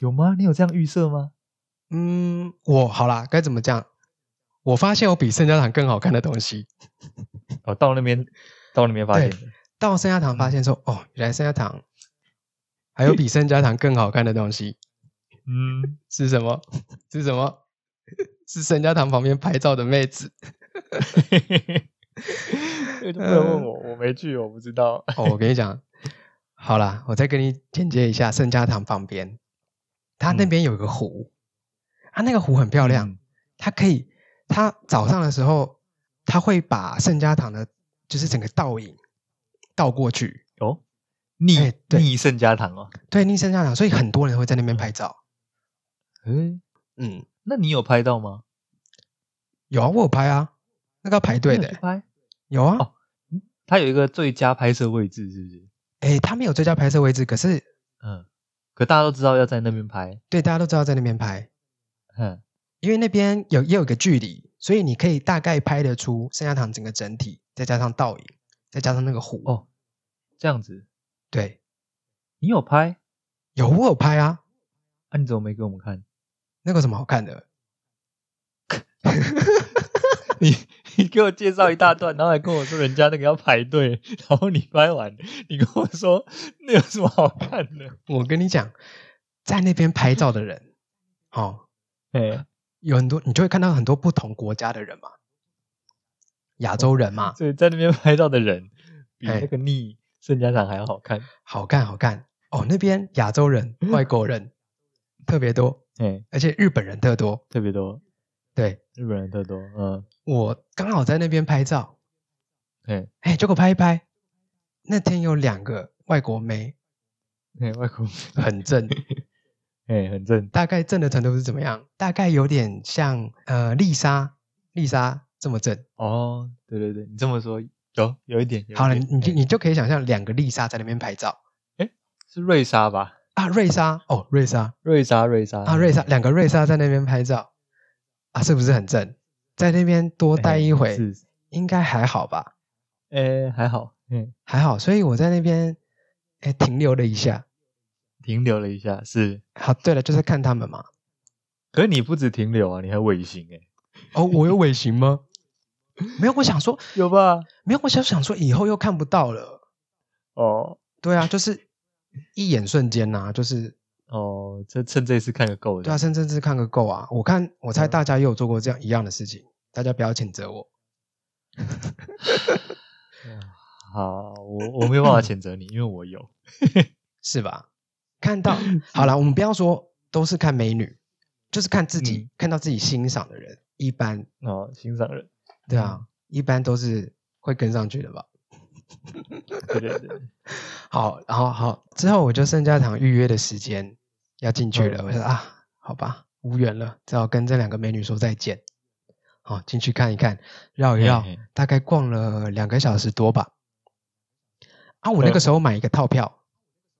Speaker 1: 有吗？你有这样预设吗？
Speaker 2: 嗯，我好啦，该怎么讲？我发现有比圣家堂更好看的东西。
Speaker 1: 哦，到那边，到那边发现的
Speaker 2: 到圣家堂发现
Speaker 1: 嗯
Speaker 2: 说，哦，原来圣家堂还有比圣家堂更好看的东 西
Speaker 1: 嗯，
Speaker 2: 是什么？是什么？ 是圣家堂旁边拍照的 妹子。
Speaker 1: 就不能问我，我没去，我不知道。
Speaker 2: 哦，我跟你讲，好啦，我再跟你简介一下圣家堂旁边，它那
Speaker 1: 嗯
Speaker 2: 边有个湖，它那个湖很漂亮，
Speaker 1: 嗯
Speaker 2: 它可以，它早上的时候，它会把圣家堂的，就是整个倒影倒过去，
Speaker 1: 哦，逆、
Speaker 2: 哎对
Speaker 1: 逆圣家堂哦。
Speaker 2: 对，逆圣家堂，所以很多人会在那边拍照。
Speaker 1: 嗯，
Speaker 2: 嗯，
Speaker 1: 那你有拍到吗？
Speaker 2: 有啊，我有拍啊，那个要排队
Speaker 1: 你
Speaker 2: 的
Speaker 1: 有
Speaker 2: 欸、
Speaker 1: 去拍。
Speaker 2: 有啊，哎、
Speaker 1: 哦它有一个最佳拍摄位置，是不是？
Speaker 2: 他没有最佳拍摄位置，可是
Speaker 1: 嗯，可大家都知道要在那边拍。
Speaker 2: 对大家都知道在那边拍，
Speaker 1: 嗯，
Speaker 2: 因为那边有也有一个距离，所以你可以大概拍得出圣家堂整个整体，再加上倒影，再加上那个湖。
Speaker 1: 哦这样子，
Speaker 2: 对，
Speaker 1: 你有拍
Speaker 2: 有我有拍啊，
Speaker 1: 啊？你怎么没给我们看？
Speaker 2: 那个有什么好看的？
Speaker 1: 你你给我介绍一大段，然后还跟我说人家那个要排队，然后你拍完，你跟我说那有什么好看的？
Speaker 2: 我跟你讲，在那边拍照 的人，哦，
Speaker 1: 哎，
Speaker 2: 有很多，你就会看到很多不同国家的人嘛，亚洲人嘛，
Speaker 1: 所以在那边拍到的人比
Speaker 2: 哎
Speaker 1: 那个逆圣家堂还要好看。
Speaker 2: 好看好看哦，那边亚洲人、
Speaker 1: 嗯
Speaker 2: 外国人特别多，
Speaker 1: 哎，
Speaker 2: 而且日本人特多。
Speaker 1: 特别多，
Speaker 2: 对
Speaker 1: 日本人特多。嗯，
Speaker 2: 我刚好在那边拍照，
Speaker 1: 哎
Speaker 2: 哎，结果拍一拍，那天有两个外国妹
Speaker 1: 哎，外国
Speaker 2: 很 正，
Speaker 1: 哎很正。
Speaker 2: 大概正的程度是怎么样？大概有点像呃丽莎，丽莎这么正。
Speaker 1: 哦，对对对，你这么说有有一点。有一
Speaker 2: 好了，
Speaker 1: 点
Speaker 2: 你就
Speaker 1: 哎
Speaker 2: 你就可以想象两个丽莎在那边拍照
Speaker 1: 是瑞莎吧？
Speaker 2: 啊，瑞莎哦，瑞莎
Speaker 1: 瑞莎，瑞莎
Speaker 2: 啊，瑞莎，两个瑞莎在那边拍照啊，是不是很正？在那边多
Speaker 1: 哎
Speaker 2: 待一会，
Speaker 1: 是，
Speaker 2: 应该还好吧？
Speaker 1: 哎，还好，嗯，
Speaker 2: 还好，所以我在那边哎停留了一下。
Speaker 1: 停留了一下，是。
Speaker 2: 好，啊对了，就是看他们嘛。
Speaker 1: 可是你不止停留啊，你还尾行哎，
Speaker 2: 哦，我有尾行吗？ 没有，我想说
Speaker 1: 有吧？
Speaker 2: 没有，我想想说以后又看不到了。
Speaker 1: 哦
Speaker 2: 对啊，就是一眼瞬间呐、就是
Speaker 1: 哦，这趁这次看个够
Speaker 2: 对啊，
Speaker 1: 的。
Speaker 2: 深圳是看个够啊。我看我猜
Speaker 1: 嗯
Speaker 2: 大家也有做过这样一样的事情，大家不要谴责我。
Speaker 1: 好，我我没有办法谴责你，因为我有。
Speaker 2: 是吧？看 到好了，我们不要说都是看美女，就是看自己、
Speaker 1: 嗯
Speaker 2: 看到自己欣赏的人，一般
Speaker 1: 哦，欣赏人，
Speaker 2: 对啊，一般都是会跟上去的吧。
Speaker 1: 对对对，
Speaker 2: 好，然后好之后我就圣家堂预约的时间要进去了，
Speaker 1: 嗯
Speaker 2: 我说啊，好吧，无缘了，只好跟这两个美女说再见。好，进去看一看，绕一绕
Speaker 1: 嘿嘿，
Speaker 2: 大概逛了两个小时多吧。啊，我那个
Speaker 1: 嗯
Speaker 2: 时候买一个套票，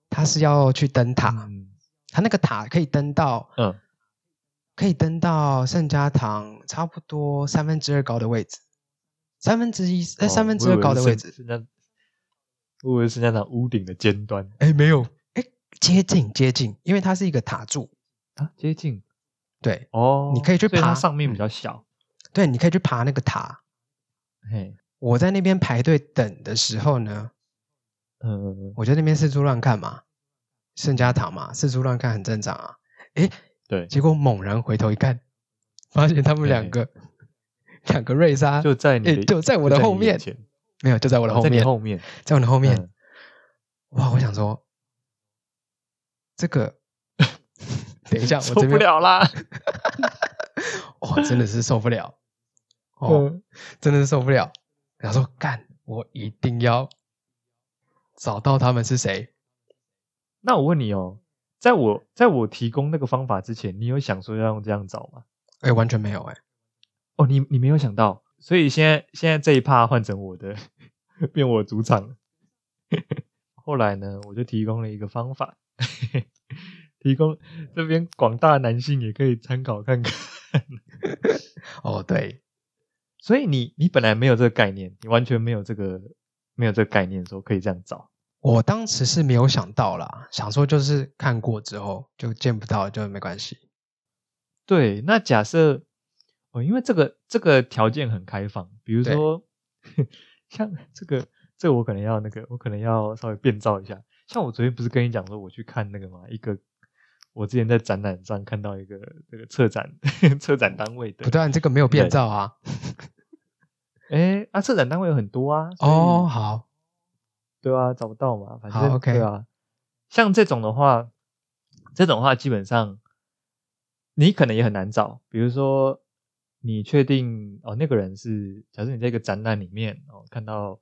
Speaker 2: 它是要去登塔，
Speaker 1: 嗯
Speaker 2: 它那个塔可以登到，
Speaker 1: 嗯，
Speaker 2: 可以登到圣家堂差不多三分之二高的位置，三分之一，
Speaker 1: 哦
Speaker 2: 呃，三分之二高的位置。
Speaker 1: 那我以为是那场屋顶的尖端
Speaker 2: 哎，没有，哎，接近接近，因为它是一个塔柱，
Speaker 1: 啊，接近
Speaker 2: 对
Speaker 1: 哦，
Speaker 2: 你可以去
Speaker 1: 所它
Speaker 2: 爬
Speaker 1: 上面比
Speaker 2: 嗯
Speaker 1: 较小，
Speaker 2: 对，你可以去爬那个塔。
Speaker 1: 嘿，
Speaker 2: 我在那边排队等的时候呢，
Speaker 1: 嗯，
Speaker 2: 我在那边四处乱看嘛，圣家堂嘛，四处乱看很正常啊。哎，
Speaker 1: 对，
Speaker 2: 结果猛然回头一看，发现他们
Speaker 1: 嘿
Speaker 2: 两个，两个瑞莎
Speaker 1: 哎就在你
Speaker 2: 诶
Speaker 1: 的
Speaker 2: 就在我的
Speaker 1: 就
Speaker 2: 后
Speaker 1: 你眼
Speaker 2: 面
Speaker 1: 前哦
Speaker 2: 没有，就在我的后
Speaker 1: 在你
Speaker 2: 面，
Speaker 1: 后面，
Speaker 2: 在我的后面
Speaker 1: 嗯。
Speaker 2: 哇，我想说，这个， 等一下，
Speaker 1: 受
Speaker 2: 我这
Speaker 1: 不
Speaker 2: 边，
Speaker 1: 了啦。
Speaker 2: 哇，真的是受不了，哦，
Speaker 1: 嗯
Speaker 2: 真的是受不了。然后说，干，我一定要找到他们是谁。
Speaker 1: 那我问你哦，在我在我提供那个方法之前，你有想说要用这样找吗？
Speaker 2: 哎，完全没有哎、
Speaker 1: 哦，你你没有想到，所以现在现在这一趴换成我的， 变我主场了。后来呢，我就提供了一个方法， 提供这边广大男性也可以参考看看。
Speaker 2: 哦，对，
Speaker 1: 所以你你本来没有这个概念，你完全没有这个没有这个概念说可以这样找。
Speaker 2: 我当时是没有想到啦，想说就是看过之后就见不到就没关系。
Speaker 1: 对，那假设哦，因为这个这个条件很开放，比如说 像这个这个我可能要那个，我可能要稍微变造一下。像我昨天不是跟你讲说我去看那个嘛，一个我之前在展览上看到一个这个策展 策展单位的
Speaker 2: 不，但这个没有变
Speaker 1: 对
Speaker 2: 造啊。
Speaker 1: 哎啊，策展单位有很多啊，所以
Speaker 2: 哦，好，
Speaker 1: 对啊，找不到嘛，反
Speaker 2: 好
Speaker 1: 正
Speaker 2: ，OK
Speaker 1: 对啊。像这种的话，这种的话基本上你可能也很难找。比如说，你确定哦，那个人是，假设你在一个展览里面哦，看到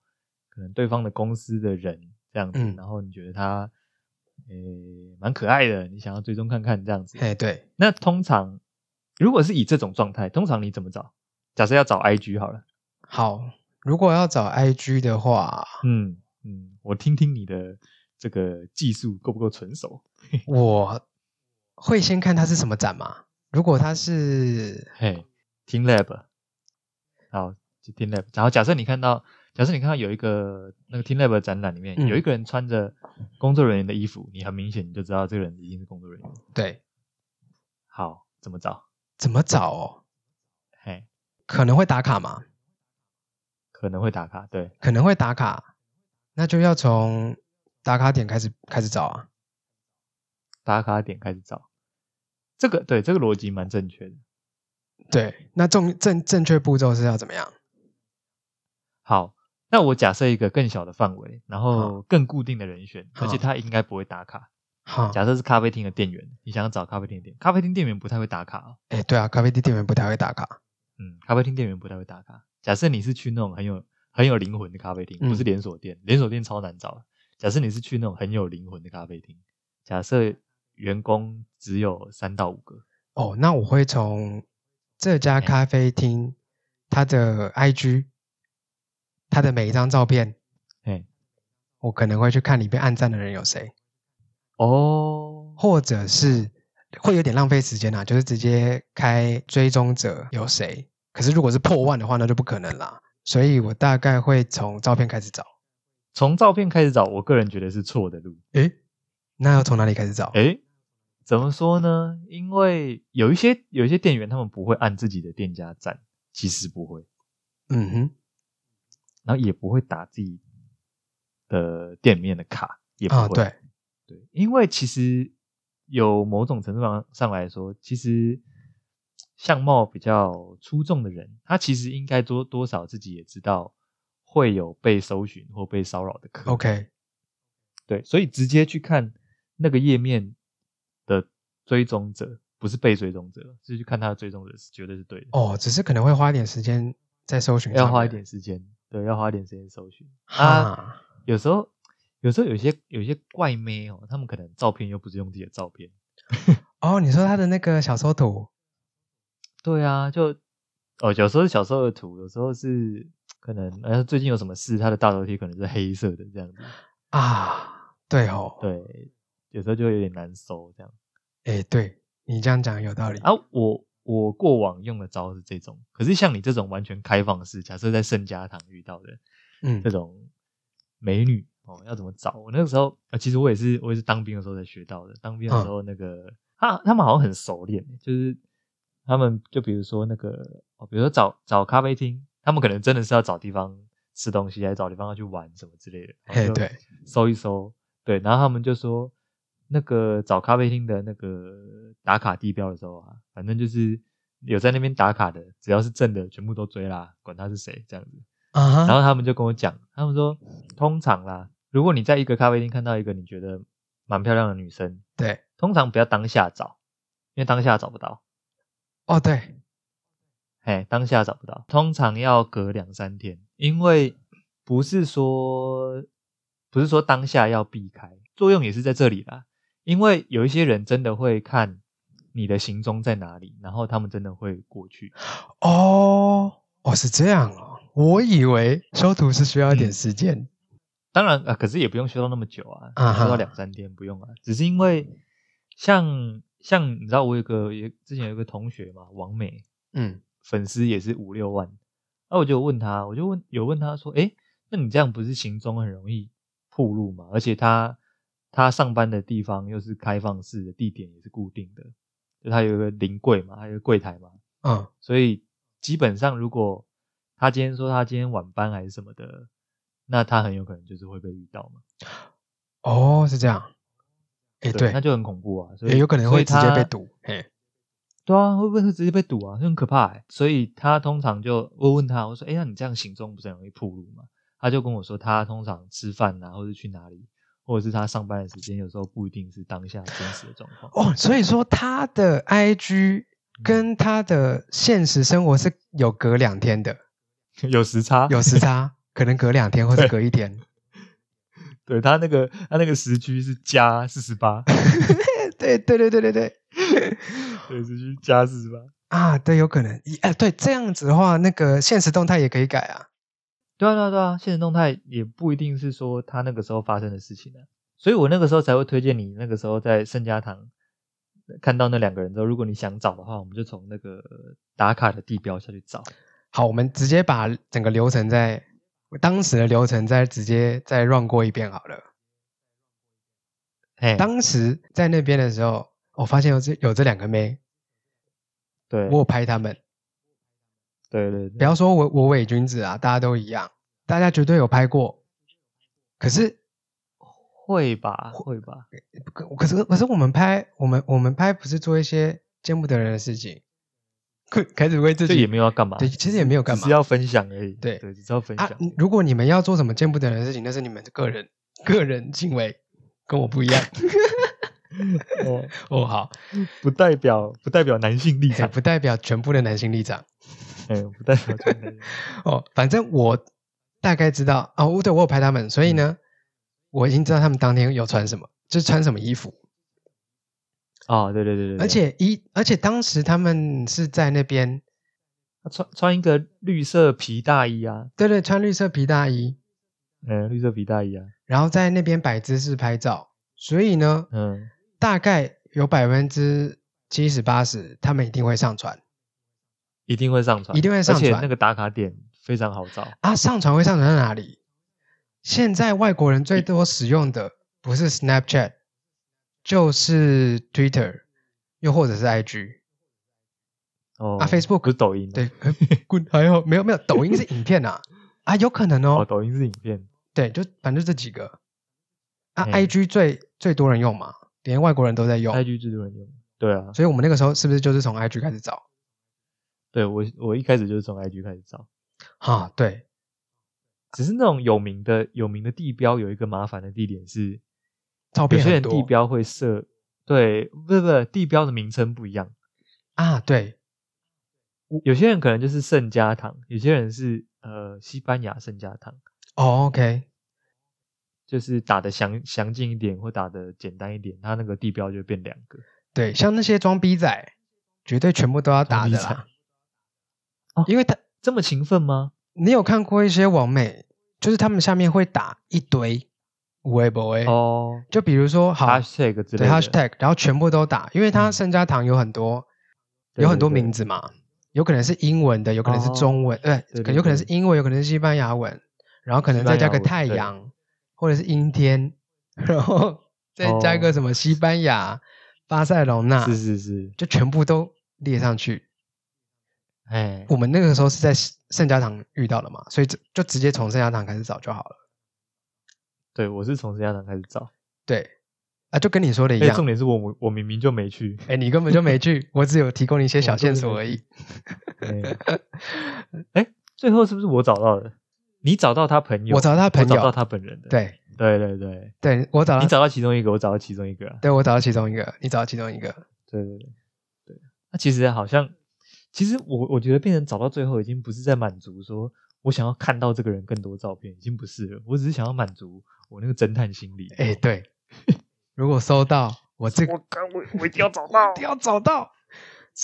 Speaker 1: 可能对方的公司的人这样子，
Speaker 2: 嗯
Speaker 1: 然后你觉得他呃蛮可爱的，你想要追踪看看这样子。
Speaker 2: 哎，对，
Speaker 1: 那通常如果是以这种状态，通常你怎么找？假设要找 IG 好了，
Speaker 2: 好。如果要找 IG 的话，
Speaker 1: 嗯嗯，我听听你的这个技术够不够纯熟。
Speaker 2: 我会先看它是什么展嘛。如果它是
Speaker 1: 嘿，Team Lab，好就，Team Lab。然后假设你看到，假设你看到有一个那个 Team Lab 的展览里面、
Speaker 2: 嗯
Speaker 1: 有一个人穿着工作人员的衣服，你很明显你就知道这个人一定是工作人员。
Speaker 2: 对，
Speaker 1: 好，怎么找？
Speaker 2: 怎么找哦？
Speaker 1: 嘿，
Speaker 2: 可能会打卡嘛，
Speaker 1: 可能会打卡，对，
Speaker 2: 可能会打卡，那就要从打卡点开始开始找啊。
Speaker 1: 打卡点开始找。这个对这个逻辑蛮正确的。
Speaker 2: 对，那正正正确步骤是要怎么样？
Speaker 1: 好，那我假设一个更小的范围，然后
Speaker 2: 好
Speaker 1: 更固定的人选，而且
Speaker 2: 好
Speaker 1: 他应该不会打卡。
Speaker 2: 好，
Speaker 1: 假设是咖啡厅的店员，你想要找咖啡厅的店，咖啡厅店员不太会打卡、哦。
Speaker 2: 哎，对啊，咖啡店店员不太会打卡。
Speaker 1: 嗯，咖啡厅店员不太会打卡。假设你是去那种很有很有灵魂的咖啡厅，
Speaker 2: 嗯
Speaker 1: 不是连锁店，连锁店超难找。假设你是去那种很有灵魂的咖啡厅，假设员工只有三到五个，
Speaker 2: 哦，那我会从这家咖啡厅它的 IG，它的每一张照片，
Speaker 1: 嘿，
Speaker 2: 我可能会去看里面按赞的人有谁，
Speaker 1: 哦，
Speaker 2: 或者是会有点浪费时间啦、就是直接开追踪者有谁。可是如果是破万的话，那就不可能啦。所以我大概会从照片开始找。
Speaker 1: 从照片开始找，我个人觉得是错的路。
Speaker 2: 诶，那要从哪里开始找？
Speaker 1: 诶，怎么说呢？因为有一些有一些店员他们不会按自己的店家站，其实不会，
Speaker 2: 嗯哼，
Speaker 1: 然后也不会打自己的店面的卡，也不会。
Speaker 2: 啊，对，
Speaker 1: 对，因为其实有某种程度上上来说，其实相貌比较出众的人，他其实应该多多少自己也知道会有被搜寻或被骚扰的可能。
Speaker 2: ，OK，
Speaker 1: 对，所以直接去看那个页面的追踪者，不是被追踪者，是去看他的追踪者是绝对是对的。
Speaker 2: 哦，只是可能会花一点时间在搜寻，
Speaker 1: 要花一点，时间，对，要花一点时间搜寻。啊
Speaker 2: 哈，
Speaker 1: 有时候，有时候有些有些怪妹哦，他们可能照片又不是用自己的照片。
Speaker 2: 哦，你说他的那个小缩图，
Speaker 1: 对啊，就哦，有时候是小时候的图，有时候是可能呃最近有什么事，他的大头贴可能是黑色的这样子。
Speaker 2: 啊，对哦，
Speaker 1: 对，有时候就会有点难搜这样。
Speaker 2: 哎，对你这样讲有道理
Speaker 1: 啊，我我过往用的招是这种，可是像你这种完全开放式，假设在圣家堂遇到的
Speaker 2: 嗯
Speaker 1: 这，种美女哦，要怎么找？我那个时候啊、呃其实我也是我也是当兵的时候才学到的。当兵的
Speaker 2: 嗯
Speaker 1: 时候，那个、他他们好像很熟练，欸就是他们就比如说那个哦，比如说找找咖啡厅，他们可能真的是要找地方吃东西，还是找地方要去玩什么之类的。
Speaker 2: 嘿，，对，
Speaker 1: 搜一搜，对，然后他们就说那个找咖啡厅的那个打卡地标的时候啊，反正就是有在那边打卡的，只要是正的，全部都追啦，管他是谁这样子。
Speaker 2: 啊
Speaker 1: 然
Speaker 2: 哈，
Speaker 1: 后他们就跟我讲，他们说通常啦，如果你在一个咖啡厅看到一个你觉得蛮漂亮的女生，
Speaker 2: 对，
Speaker 1: 通常不要当下找，因为当下找不到，
Speaker 2: 哦对，
Speaker 1: 嘿，当下找不到，通常要隔两三天，因为不是说不是说当下要避开，作用也是在这里啦。因为有一些人真的会看你的行踪在哪里，然后他们真的会过去。
Speaker 2: 哦哦是这样哦，我以为修图是需要一点
Speaker 1: 嗯
Speaker 2: 时间
Speaker 1: 当然啊，可是也不用修到那么久啊，
Speaker 2: 啊哈
Speaker 1: 修到两三天不用啊，只是因为像像你知道，我有个也之前有个同学嘛，王美
Speaker 2: 嗯
Speaker 1: 粉丝也是五六万，啊那、我就有问他，我就问有问他说，诶，那你这样不是行踪很容易暴露嘛？而且他他上班的地方又是开放式的，地点也是固定的，就他有一个临柜嘛，还有一个柜台嘛，
Speaker 2: 嗯
Speaker 1: 所以基本上，如果他今天说他今天晚班还是什么的，那他很有可能就是会被遇到嘛。
Speaker 2: 哦是这样，哎对
Speaker 1: 那，就很恐怖啊，所以
Speaker 2: 也有可能
Speaker 1: 所以
Speaker 2: 会直接
Speaker 1: 他
Speaker 2: 被堵，嘿，
Speaker 1: 对啊，会不会直接被堵啊？很可怕、欸。所以他通常就我问他，我说：“哎、那你这样行踪不是很容易暴露吗？”他就跟我说，他通常吃饭啊，或者去哪里，或者是他上班的时间，有时候不一定是当下真实的状 况。
Speaker 2: 哦，所以说他的 IG
Speaker 1: 嗯
Speaker 2: 跟他的现实生活是有隔两天的，
Speaker 1: 有时差，
Speaker 2: 有时差，可能隔两天或者隔一天。
Speaker 1: 对他那个他那个时区是加四十 八，
Speaker 2: 对对对对对对，
Speaker 1: 对，时区加四十八。
Speaker 2: 啊，对，有可能。一哎，对，这样子的话，那个现实动态也可以改啊。
Speaker 1: 对啊，对啊，对啊，现实动态也不一定是说他那个时候发生的事情啊，所以我那个时候才会推荐你那个时候在圣家堂看到那两个人之后，如果你想找的话，我们就从那个打卡的地标下去找。
Speaker 2: 好，我们直接把整个流程再当时的流程再直接再 run 过一遍好了。
Speaker 1: 嘿，
Speaker 2: 当时在那边的时候，我发现有这有这两个妹，
Speaker 1: 对，
Speaker 2: 我有拍他们。
Speaker 1: 对对对，
Speaker 2: 不要说我我伪君子啊，大家都一样，大家绝对有拍过。可是
Speaker 1: 会吧，会吧，
Speaker 2: 可可是可是我们拍我们我们拍不是做一些见不得人的事情，可开始为自
Speaker 1: 这
Speaker 2: 己
Speaker 1: 也没有要干嘛，
Speaker 2: 对，其实也没有干
Speaker 1: 只
Speaker 2: 嘛
Speaker 1: 是要分享而已。
Speaker 2: 对
Speaker 1: 对，只是要分享
Speaker 2: 啊。。你如果你们要做什么见不得人的事情，那是你们的个人个人行为，跟我不一样。
Speaker 1: 哦，
Speaker 2: 哦，好，
Speaker 1: 不代表不代表男性立
Speaker 2: 也
Speaker 1: 场，
Speaker 2: 不代表全部的男性立场。
Speaker 1: 嗯，不代表全男性
Speaker 2: 哦，反正我大概知道哦，我对我有拍他们，所以
Speaker 1: 嗯
Speaker 2: 呢，我已经知道他们当天有穿什么，就是穿什么衣服。
Speaker 1: 哦，对对对对，对
Speaker 2: 而且一，而且当时他们是在那边，
Speaker 1: 他穿穿一个绿色皮大衣啊，
Speaker 2: 对对，穿绿色皮大衣，
Speaker 1: 嗯，绿色皮大衣啊，
Speaker 2: 然后在那边摆姿势拍照，所以呢，
Speaker 1: 嗯，
Speaker 2: 大概有百分之七十八十，他们一定会上传
Speaker 1: 一定会上传，
Speaker 2: 一定会上传
Speaker 1: 而且那个打卡点非常好找，
Speaker 2: 啊，上传会上传到哪里？现在外国人
Speaker 1: 嗯
Speaker 2: 最多使用的不是 Snapchat，就是 Twitter，又或者是 IG。
Speaker 1: 哦
Speaker 2: 啊，Facebook
Speaker 1: 不是抖音吗，
Speaker 2: 对， 呃滚还好，没有没有，抖音是影片啊，啊，有可能
Speaker 1: 哦，
Speaker 2: 哦，
Speaker 1: 抖音是影片，
Speaker 2: 对，就反正这几个啊
Speaker 1: 嗯哎
Speaker 2: ，IG 最最多人用嘛，连外国人都在用，
Speaker 1: ，IG 最多人用，对啊，
Speaker 2: 所以我们那个时候是不是就是从 IG 开始找？
Speaker 1: 对我我一开始就是从 IG 开始找，
Speaker 2: 啊，对，
Speaker 1: 只是那种有名的有名的地标有一个麻烦的地点是，
Speaker 2: 照
Speaker 1: 有
Speaker 2: 片
Speaker 1: 些
Speaker 2: 很
Speaker 1: 人
Speaker 2: 多
Speaker 1: 地标会设，对，不是不是，地标的名称不一样，
Speaker 2: 啊，对，
Speaker 1: 有些人可能就是圣家堂，有些人是呃西班牙圣家堂。
Speaker 2: 哦，OK，
Speaker 1: 就是打的详详尽一点，或打的简单一点，它那个地标就会变两个。
Speaker 2: 对，像那些装逼仔，绝对全部都要打
Speaker 1: 装逼
Speaker 2: 的
Speaker 1: 仔
Speaker 2: 啦，
Speaker 1: 哦
Speaker 2: 因为他
Speaker 1: 这么勤奋吗？
Speaker 2: 你有看过一些网美，就是他们下面会打一堆微博诶，
Speaker 1: 哦
Speaker 2: 就比如说好，
Speaker 1: ，hashtag 之类的
Speaker 2: 对 hashtag，然后全部都打，因为它
Speaker 1: 嗯
Speaker 2: 圣家堂有很多、
Speaker 1: 对
Speaker 2: 有很多
Speaker 1: 对对哦
Speaker 2: 名字嘛，有可能是英文的，有可能是中文，对，
Speaker 1: 对
Speaker 2: 可
Speaker 1: 对
Speaker 2: 有可能是
Speaker 1: 对
Speaker 2: 英文，有可能是西班牙文，然后可能
Speaker 1: 西
Speaker 2: 再
Speaker 1: 班
Speaker 2: 加
Speaker 1: 牙
Speaker 2: 个
Speaker 1: 文
Speaker 2: 太
Speaker 1: 对
Speaker 2: 阳或者是阴天， 然后再加个
Speaker 1: 哦
Speaker 2: 什么西班牙、巴塞隆纳，
Speaker 1: 是是是，
Speaker 2: 就全部都列上去。
Speaker 1: 哎，
Speaker 2: 我们那个时候是在圣家堂遇到的嘛，所以就就直接从圣家堂开始找就好了。
Speaker 1: 对我是从圣家堂开始找，
Speaker 2: 对，啊，就跟你说的一
Speaker 1: 哎，重
Speaker 2: 样。
Speaker 1: 点是我我我明明就没 去，
Speaker 2: 哎，你根本就没去，我只有提供你一些
Speaker 1: 我
Speaker 2: 小
Speaker 1: 根
Speaker 2: 线
Speaker 1: 本
Speaker 2: 索
Speaker 1: 没
Speaker 2: 而已
Speaker 1: 哎去。哎，最后是不是我找到的？你找到他朋友，
Speaker 2: 我找到他朋友
Speaker 1: 我找到他本人的，
Speaker 2: 对啊
Speaker 1: 对对对，
Speaker 2: 对，我找
Speaker 1: 你
Speaker 2: 到，
Speaker 1: 找到其中一个，我找到其中一个啊，
Speaker 2: 对我找到其中一个，你找到其中一个，
Speaker 1: 对对对对。那其实好像，其实我我觉得变成找到最后，已经不是在满足说我想要看到这个人更多照片，已经不是了，我只是想要满足我那个侦探心理。
Speaker 2: 哎，对，如果收到我这
Speaker 3: 我刚我我一定要找 到，
Speaker 2: 要找到，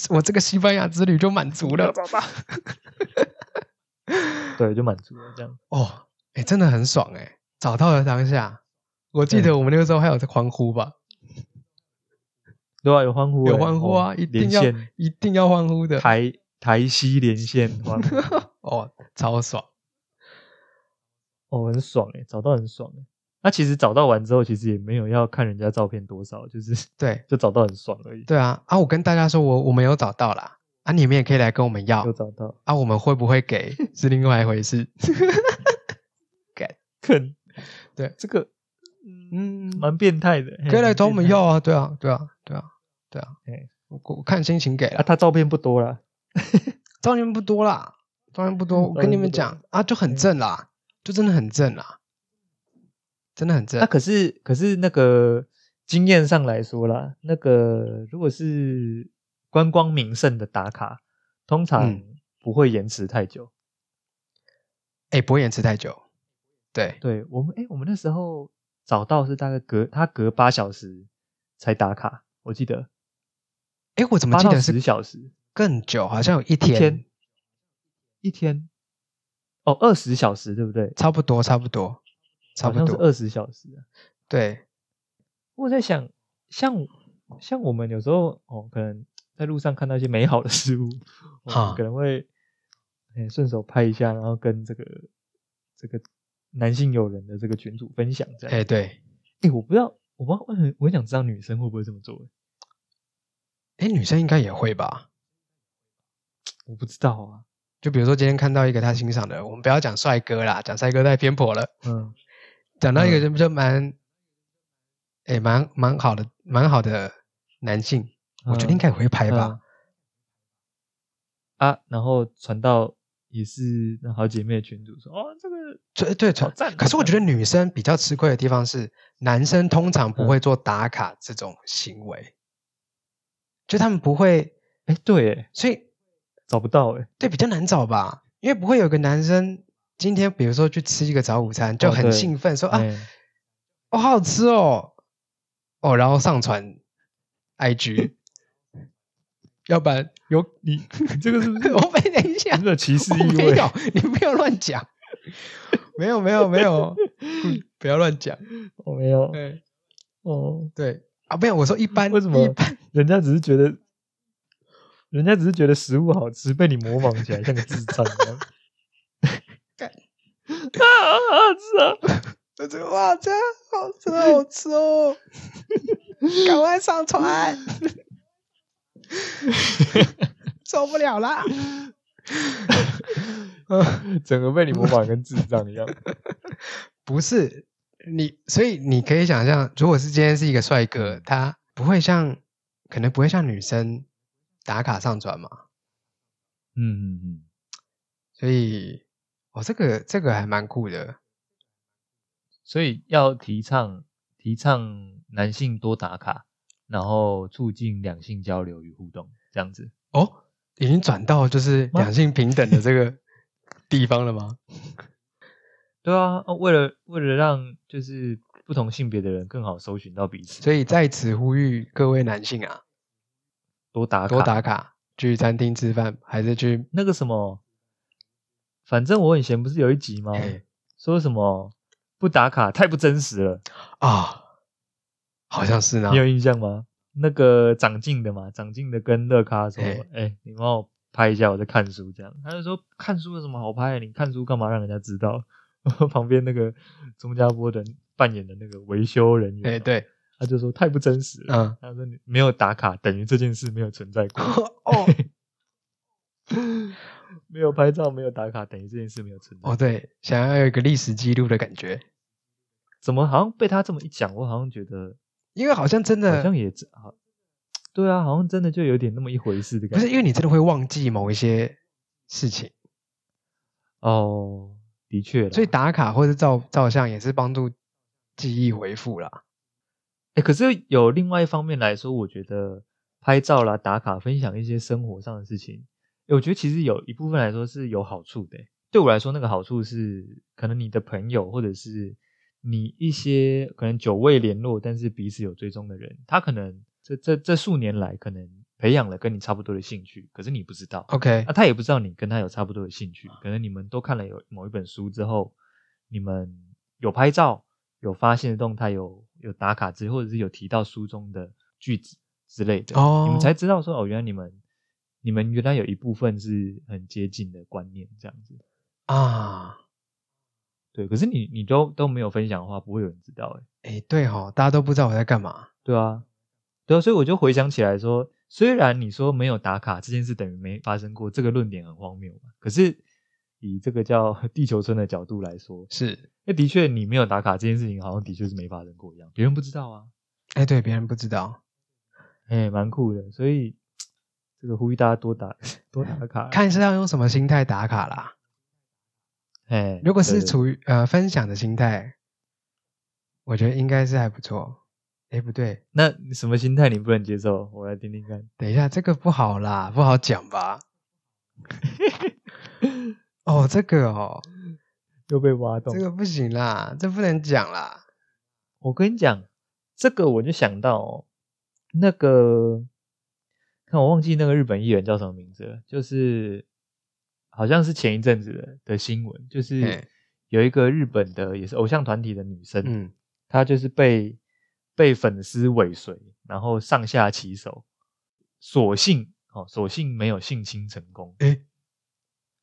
Speaker 2: 我这个西班牙之旅就满足
Speaker 3: 我要
Speaker 2: 了
Speaker 3: 找到。
Speaker 1: 对，就满足了这样。
Speaker 2: 哦，哎，真的很爽哎，找到了当下，我记
Speaker 1: 对
Speaker 2: 得我们那个时候还有在欢呼吧，
Speaker 1: 对啊，有欢呼欸、
Speaker 2: 有欢呼啊
Speaker 1: 哦
Speaker 2: 一定
Speaker 1: 连
Speaker 2: 要
Speaker 1: 线
Speaker 2: 一定要欢呼的，
Speaker 1: 台台西连线欢呼，
Speaker 2: 哦，超爽，
Speaker 1: 哦，很爽哎、找到很爽哎、那其实找到完之后，其实也没有要看人家照片多少，就是
Speaker 2: 对
Speaker 1: 就找到很爽而已。
Speaker 2: 对啊，啊，我跟大家说我我没有找到啦，啊，你们也可以来跟我们要
Speaker 1: 有，找到，
Speaker 2: 啊，我们会不 会给是另外一回事，
Speaker 1: 肯
Speaker 2: 对
Speaker 1: 这个
Speaker 2: 嗯，
Speaker 1: 蛮变态的，嘿
Speaker 2: 可以来找我们。
Speaker 1: 蛮变态
Speaker 2: 要啊，对啊，对啊，对啊，对啊
Speaker 1: 哎，
Speaker 2: 我我看心情给
Speaker 1: 啊，
Speaker 2: 了，
Speaker 1: 他照片不多啦，
Speaker 2: 当然不多啦，当然不多，我
Speaker 1: 嗯当
Speaker 2: 跟
Speaker 1: 然
Speaker 2: 你
Speaker 1: 不
Speaker 2: 们
Speaker 1: 多嗯
Speaker 2: 讲啊，就很正啦，就真的很正啦，真的很正
Speaker 1: 那、，可是可是那个经验上来说啦，那个如果是观光名胜的打卡，通常
Speaker 2: 嗯
Speaker 1: 不会延迟太久。
Speaker 2: 哎，不会延迟太久，对，
Speaker 1: 对我们，哎，我们那时候找到是大概隔他隔八小时才打卡，我记得
Speaker 2: 哎，我怎么
Speaker 1: 八
Speaker 2: 记
Speaker 1: 到
Speaker 2: 得
Speaker 1: 十
Speaker 2: 是
Speaker 1: 小时，
Speaker 2: 更久，好像有一
Speaker 1: 一天
Speaker 2: 天，
Speaker 1: 一天哦，二十小时对不对？
Speaker 2: 差不多，差不多，差
Speaker 1: 好
Speaker 2: 不
Speaker 1: 像是
Speaker 2: 多，
Speaker 1: 二十小时啊、
Speaker 2: 对，
Speaker 1: 我在想，像像我们有时候哦，可能在路上看到一些美好的事物，我
Speaker 2: 哈
Speaker 1: 们可能会哎顺手拍一下，然后跟这个这个男性友人的这个群主分享这样。
Speaker 2: 哎，对，
Speaker 1: 哎，我不知道，我不知道，我很我很想知道女生会不会这么做。
Speaker 2: 哎，女生应该也会吧？
Speaker 1: 我不知道啊，
Speaker 2: 就比如说今天看到一个她欣赏的，我们不要讲帅哥啦，讲帅哥太偏颇了。
Speaker 1: 嗯，
Speaker 2: 讲到一个
Speaker 1: 嗯
Speaker 2: 就就蛮，哎、蛮蛮好的，蛮好的男性，我觉得应该也会拍
Speaker 1: 嗯
Speaker 2: 吧。
Speaker 1: 嗯啊，然后传到也是那好姐妹群主说，哦，这个
Speaker 2: 对对，
Speaker 1: 好赞哦
Speaker 2: 可是我觉得女生比较吃亏的地方是，男生通常不
Speaker 1: 嗯
Speaker 2: 会做打卡这种行为，就他们不会，
Speaker 1: 哎，对耶，
Speaker 2: 所以
Speaker 1: 找不到哎，
Speaker 2: 对比较难找吧，因为不会有个男生今天比如说去吃一个早午餐就
Speaker 1: 哦
Speaker 2: 很
Speaker 1: 对
Speaker 2: 兴奋说、啊，
Speaker 1: 哎
Speaker 2: 哦，好好吃哦，哦，然后上传 IG，要不然有
Speaker 1: 你你 这个是不是
Speaker 2: 我没等一下
Speaker 1: 有，没有歧视
Speaker 2: 我
Speaker 1: 意
Speaker 2: 没
Speaker 1: 味？
Speaker 2: 有，你不要乱讲。没有没有没有， 嗯不要乱讲。
Speaker 1: 我没有
Speaker 2: 对
Speaker 1: 哦，
Speaker 2: 对啊，没有，我说一
Speaker 1: 哎
Speaker 2: 般
Speaker 1: 为什么
Speaker 2: 一般
Speaker 1: 人家只是觉得，人家只是觉得食物好吃，被你模仿起来像个智障 一样。啊啊啊！是啊，
Speaker 2: 我说哇，这好吃好吃哦， 赶快 上传，受不了啦！
Speaker 1: 整个被你模仿跟智障一样。
Speaker 2: 不是你，所以你可以想象，如果是今天是一个帅哥，他不会像，可能不会像女生打卡上传嘛。
Speaker 1: 嗯嗯嗯，
Speaker 2: 所以，哦，这个这个还蛮酷的。
Speaker 1: 所以要提倡提倡男性多打卡，然后促进两性交流与互动，这样子。
Speaker 2: 哦，已经转到就是
Speaker 1: 吗
Speaker 2: 两性平等的这个地方了吗？
Speaker 1: 对啊，啊为了为了让就是不同性别的人更好搜寻到彼此，
Speaker 2: 所以在此呼吁各位男性啊，
Speaker 1: 多打卡
Speaker 2: 多打卡，去餐厅吃饭，还是去
Speaker 1: 那个什么，反正我以前不是有一集吗？
Speaker 2: 哎
Speaker 1: 说什么不打卡太不真实了，
Speaker 2: 啊、好像是呢
Speaker 1: 你。有印象吗？那个长进的嘛，长进的跟乐咖说：“哎
Speaker 2: 哎、
Speaker 1: 你帮我拍一下，我在看书。”这样，他就说：“看书有什么好拍的？你看书干嘛让人家知道？”旁边那个钟家波的扮演的那个维修人员，
Speaker 2: 哎，，对，
Speaker 1: 他就说太不真实了。
Speaker 2: 嗯，
Speaker 1: 他说：“你没有打卡，等于这件事没有存在过；
Speaker 2: 哦
Speaker 1: 没有拍照，没有打卡，等于这件事没有存在过
Speaker 2: 哦，对，想要有一个历史记录的感觉，
Speaker 1: 怎么好像被他这么一讲，我好像觉得
Speaker 2: 因为好像真
Speaker 1: 好
Speaker 2: 的
Speaker 1: 像也真好，对啊，好像真的就有点那么一回事的
Speaker 2: 不
Speaker 1: 感
Speaker 2: 是，
Speaker 1: 觉。
Speaker 2: 因为你真的会忘记某一些事情，
Speaker 1: 哦，的确啦，
Speaker 2: 所以打卡或是照照相也是帮助记忆回复啦。
Speaker 1: 哎，可是有另外一方面来说，我觉得拍照啦、打卡、分享一些生活上的事情，诶我觉得其实有一部分来说是有好处的诶。对我来说，那个好处是，可能你的朋友或者是你一些可能久未联络，但是彼此有追踪的人，他可能这这这数年来可能培养了跟你差不多的兴趣，可是你不知道，
Speaker 2: OK，
Speaker 1: 啊那他也不知道你跟他有差不多的兴趣，可能你们都看了有某一本书之后，你们有拍照，有发现的动态，有有打卡之，或者是有提到书中的句子之类的，
Speaker 2: 哦
Speaker 1: 你们才知道说哦，原来你们你们原来有一部分是很接近的观念这样子。呃
Speaker 2: 啊，
Speaker 1: 对，可是你你都都没有分享的话，不会有人知道哎。
Speaker 2: 哎，对哈、大家都不知道我在干嘛。
Speaker 1: 对啊，对啊，所以我就回想起来说，虽然你说没有打卡这件事等于没发生过，这个论点很荒谬嘛，可是以这个叫 地球村的角度来说，
Speaker 2: 是，
Speaker 1: 那的确，你没有打卡这件事情，好像的确是没发生过一样，别人不知道啊。
Speaker 2: 哎，对，别人不知道，
Speaker 1: 哎，蛮酷的，所以这个呼吁大家多打多打卡。
Speaker 2: 看是要用什么心态打卡啦。
Speaker 1: 哎，
Speaker 2: 如果是
Speaker 1: 对
Speaker 2: 处于呃分享的心态，我觉得应该是还不错。哎，不对，
Speaker 1: 那你什么心态你不能接受？我来听听看。
Speaker 2: 等一下，这个不好啦，不好讲 吧？哦，这个哦，
Speaker 1: 又被挖洞
Speaker 2: 这个不行啦，这不能讲啦。
Speaker 1: 我跟你讲，这个我就想到、哦、那个，看我忘记那个日本艺人叫什么名字了，就是好像是前一阵子的的新闻，就是
Speaker 2: 嘿
Speaker 1: 有一个日本的也是偶像团体的女生，
Speaker 2: 嗯，
Speaker 1: 他就是被被粉丝尾随，然后上下其手，所幸哦，所幸没有性侵成功，
Speaker 2: 哎，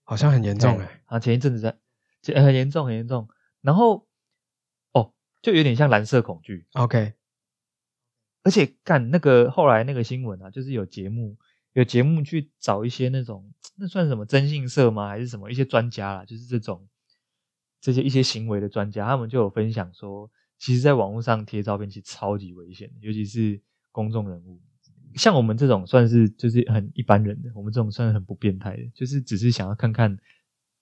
Speaker 2: 好像很严重哎、
Speaker 1: 啊，前一阵子在前很严重很严重，然后哦，就有点像蓝色恐惧，
Speaker 2: OK，
Speaker 1: 而且干那个后来那个新闻啊，就是有节目有节目去找一些那种那算什么征信社吗？还是什么一些专家啦，就是这种这些一些行为的专家，他们就有分享说，其实在网络上贴照片其实超级危险的，尤其是公众人物。像我们这种算是就是很一般人的，我们这种算是很不变态的，就是只是想要看看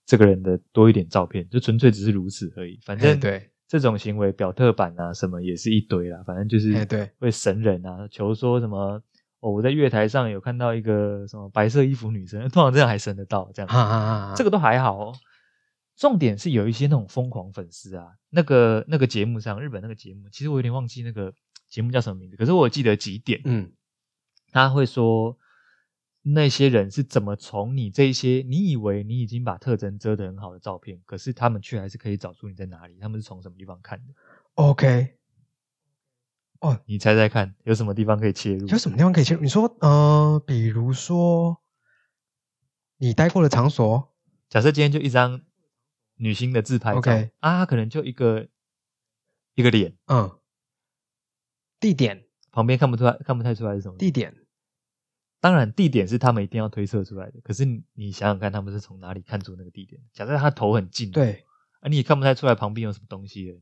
Speaker 1: 这个人的多一点照片，就纯粹只是如此而已。反
Speaker 2: 哎
Speaker 1: 正
Speaker 2: 对，
Speaker 1: 这种行为表特版啊什么也是一堆啦，反正就是
Speaker 2: 哎对，
Speaker 1: 会神人啊，求说什么哦，我在月台上有看到一个什么白色衣服女生，通常这样还神得到这样，
Speaker 2: 哈哈哈哈，
Speaker 1: 这个都还好哦。重点是有一些那种疯狂粉丝啊，那个那个节目上，日本那个节目，其实我有点忘记那个节目叫什么名字，可是我记得几点，
Speaker 2: 嗯
Speaker 1: 他会说那些人是怎么从你这些你以为你已经把特征遮得很好的照片，可是他们却还是可以找出你在哪里，他们是从什么地方看的？
Speaker 2: OK，
Speaker 1: 你猜猜看，有什么地方可以切入？
Speaker 2: 有什么地方可以切入？你说，呃，比如说你待过的场所，
Speaker 1: 假设今天就一张女星的自拍照
Speaker 2: OK
Speaker 1: 啊，她可能就一个一个脸，
Speaker 2: 嗯，地点，
Speaker 1: 旁边看不出来，看不太出来是什么。
Speaker 2: 地点，
Speaker 1: 当然地点是他们一定要推测出来的，可是你你想想看，他们是从哪里看出那个地点？假设他头很近，，
Speaker 2: 对
Speaker 1: 啊，你也看不太出来旁边有什么东西了。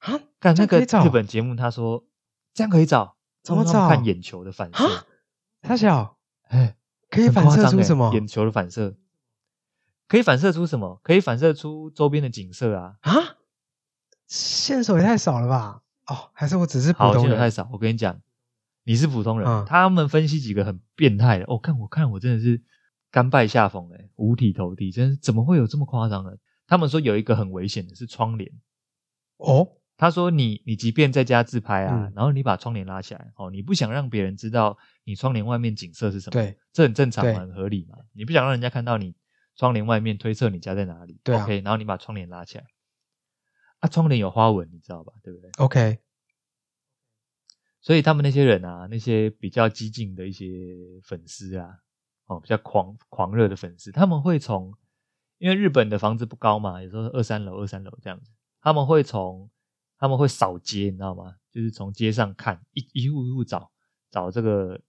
Speaker 2: 啊，
Speaker 1: 看
Speaker 2: 这
Speaker 1: 那
Speaker 2: 样
Speaker 1: 个
Speaker 2: 可以找
Speaker 1: 日本节目，他说这样可以找，
Speaker 2: 怎么
Speaker 1: 他们
Speaker 2: 找
Speaker 1: 看眼球的反射
Speaker 2: 啊，大小
Speaker 1: 哎，
Speaker 2: 可以
Speaker 1: 很
Speaker 2: 反
Speaker 1: 夸
Speaker 2: 射
Speaker 1: 张
Speaker 2: 出
Speaker 1: 欸
Speaker 2: 什么
Speaker 1: 眼球的反射，可以反射出什么？可以反射出周边的景色啊，
Speaker 2: 啊？线索也太少了吧？哦，还是我只是普
Speaker 1: 好，
Speaker 2: 通
Speaker 1: 线索
Speaker 2: 人
Speaker 1: 太少。啊我跟你讲，你是普通人，
Speaker 2: 嗯
Speaker 1: 他们分析几个很变态的。哦，看我看我真的是甘拜下风哎、五体投地，真是怎么会有这么夸张的？他们说有一个很危险的是窗帘，
Speaker 2: 哦？
Speaker 1: 他说你你即便在家自拍啊，
Speaker 2: 嗯
Speaker 1: 然后你把窗帘拉起来哦，你不想让别人知道你窗帘外面景色是什么，，
Speaker 2: 对
Speaker 1: 这很正常
Speaker 2: 对
Speaker 1: 嘛，很合理嘛，你不想让人家看到你窗帘外面推测你家在哪里，
Speaker 2: 对啊
Speaker 1: o k 然后你把窗帘拉起来，啊，窗帘有花纹，你知道吧？对不对？
Speaker 2: ，OK，
Speaker 1: 所以他们那些人啊，那些比较激进的一些粉丝啊，哦，比较狂狂热的粉丝，他们会从，因为日本的房子不高嘛，有时候二三楼、二三楼这样子，他们会从他们会扫街，你知道吗？就是从街上看，一一户一户找，找这个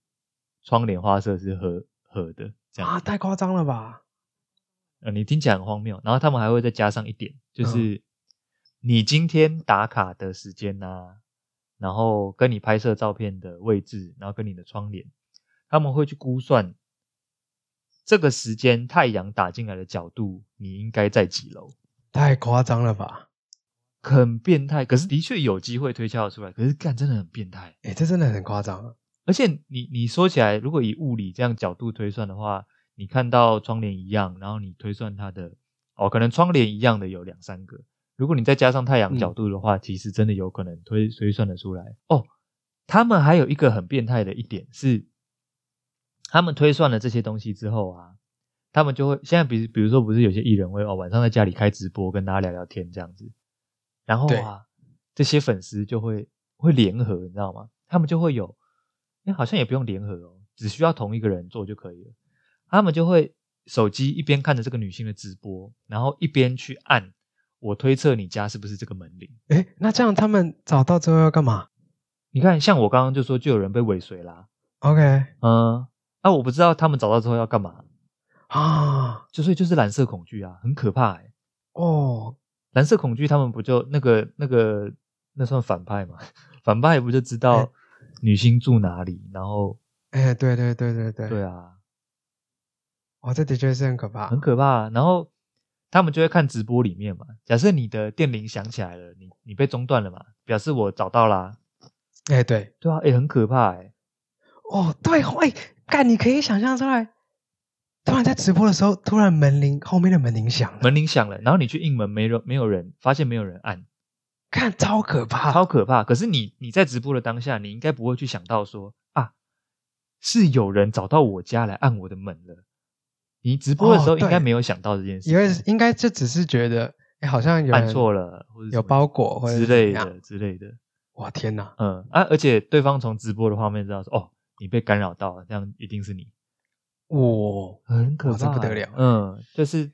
Speaker 1: 窗帘花色是合合的这样
Speaker 2: 啊，
Speaker 1: 子、
Speaker 2: 太夸张了吧？
Speaker 1: 呃，你听起来很荒谬。然后他们还会再加上一点，就是、你今天打卡的时间呐、然后跟你拍摄照片的位置，然后跟你的窗帘，他们会去估算这个时间太阳打进来的角度，你应该在几楼。
Speaker 2: 太夸张了吧？
Speaker 1: 很变态。可是的确有机会推敲得出来，可是干真的很变态。
Speaker 2: 哎，这真的很夸张。
Speaker 1: 而且你你说起来，如果以物理这样角度推算的话，你看到窗帘一样，然后你推算它的哦，可能窗帘一样的有两三个。如果你再加上太阳角度的话，其实真的有可能推推算得出来哦。他们还有一个很变态的一点是，他们推算了这些东西之后啊，他们就会现在比比如说不是有些艺人会哦晚上在家里开直播跟大家聊聊天这样子，然后
Speaker 2: 对
Speaker 1: 啊这些粉丝就会会联合，你知道吗？他们就会有，哎好像也不用联合哦，只需要同一个人做就可以了。他们就会手机一边看着这个女性的直播，然后一边去按我推测你家是不是这个门铃。
Speaker 2: 哎，那这样他们找到之后要干嘛
Speaker 1: 你看，像我刚刚就说，就有人被尾随啦。
Speaker 2: ？OK
Speaker 1: 嗯，啊，我不知道他们找到之后要干嘛，
Speaker 2: 啊，
Speaker 1: 就所以就是蓝色恐惧啊，很可怕、欸。
Speaker 2: 哦，
Speaker 1: 蓝色恐惧他们不就那个那个那算反派吗？ 反派不就知道
Speaker 2: 哎
Speaker 1: 女星住哪里，然后
Speaker 2: 哎，对对对对对，
Speaker 1: 对嗯啊，
Speaker 2: 哇，这的确是很可怕
Speaker 1: 很。可怕。啊然后他们就会看直播里面嘛，假设你的电铃响起来了，你你被中断了嘛，表示我找到啦。
Speaker 2: 哎，对，
Speaker 1: 对啊，哎、很可怕哎、
Speaker 2: 哦，对，哎，干，你可以想象出来，突然在直播的时候，突然门铃后面的门铃响了，
Speaker 1: 门铃响了，然后你去应门，没人，没有人，发现没有人按，
Speaker 2: 看超可怕。
Speaker 1: 超可怕。可是你你在直播的当下，你应该不会去想到说啊，是有人找到我家来按我的门了。你直播的时候
Speaker 2: 哦
Speaker 1: 应该
Speaker 2: 对
Speaker 1: 没有想到这件事，
Speaker 2: 因为应该就只是觉得，哎，好像有
Speaker 1: 按
Speaker 2: 人
Speaker 1: 错了或者什
Speaker 2: 有
Speaker 1: 么
Speaker 2: 包裹或者
Speaker 1: 之
Speaker 2: 是怎
Speaker 1: 类
Speaker 2: 样
Speaker 1: 的。之类的。
Speaker 2: 哇，天哪！
Speaker 1: 嗯啊，而且对方从直播的画面知道说，哦，你被干扰到了，这样一定是你，
Speaker 2: 哇，
Speaker 1: 很可
Speaker 2: 哇哦这
Speaker 1: 怕，
Speaker 2: 不得了
Speaker 1: 嗯，就是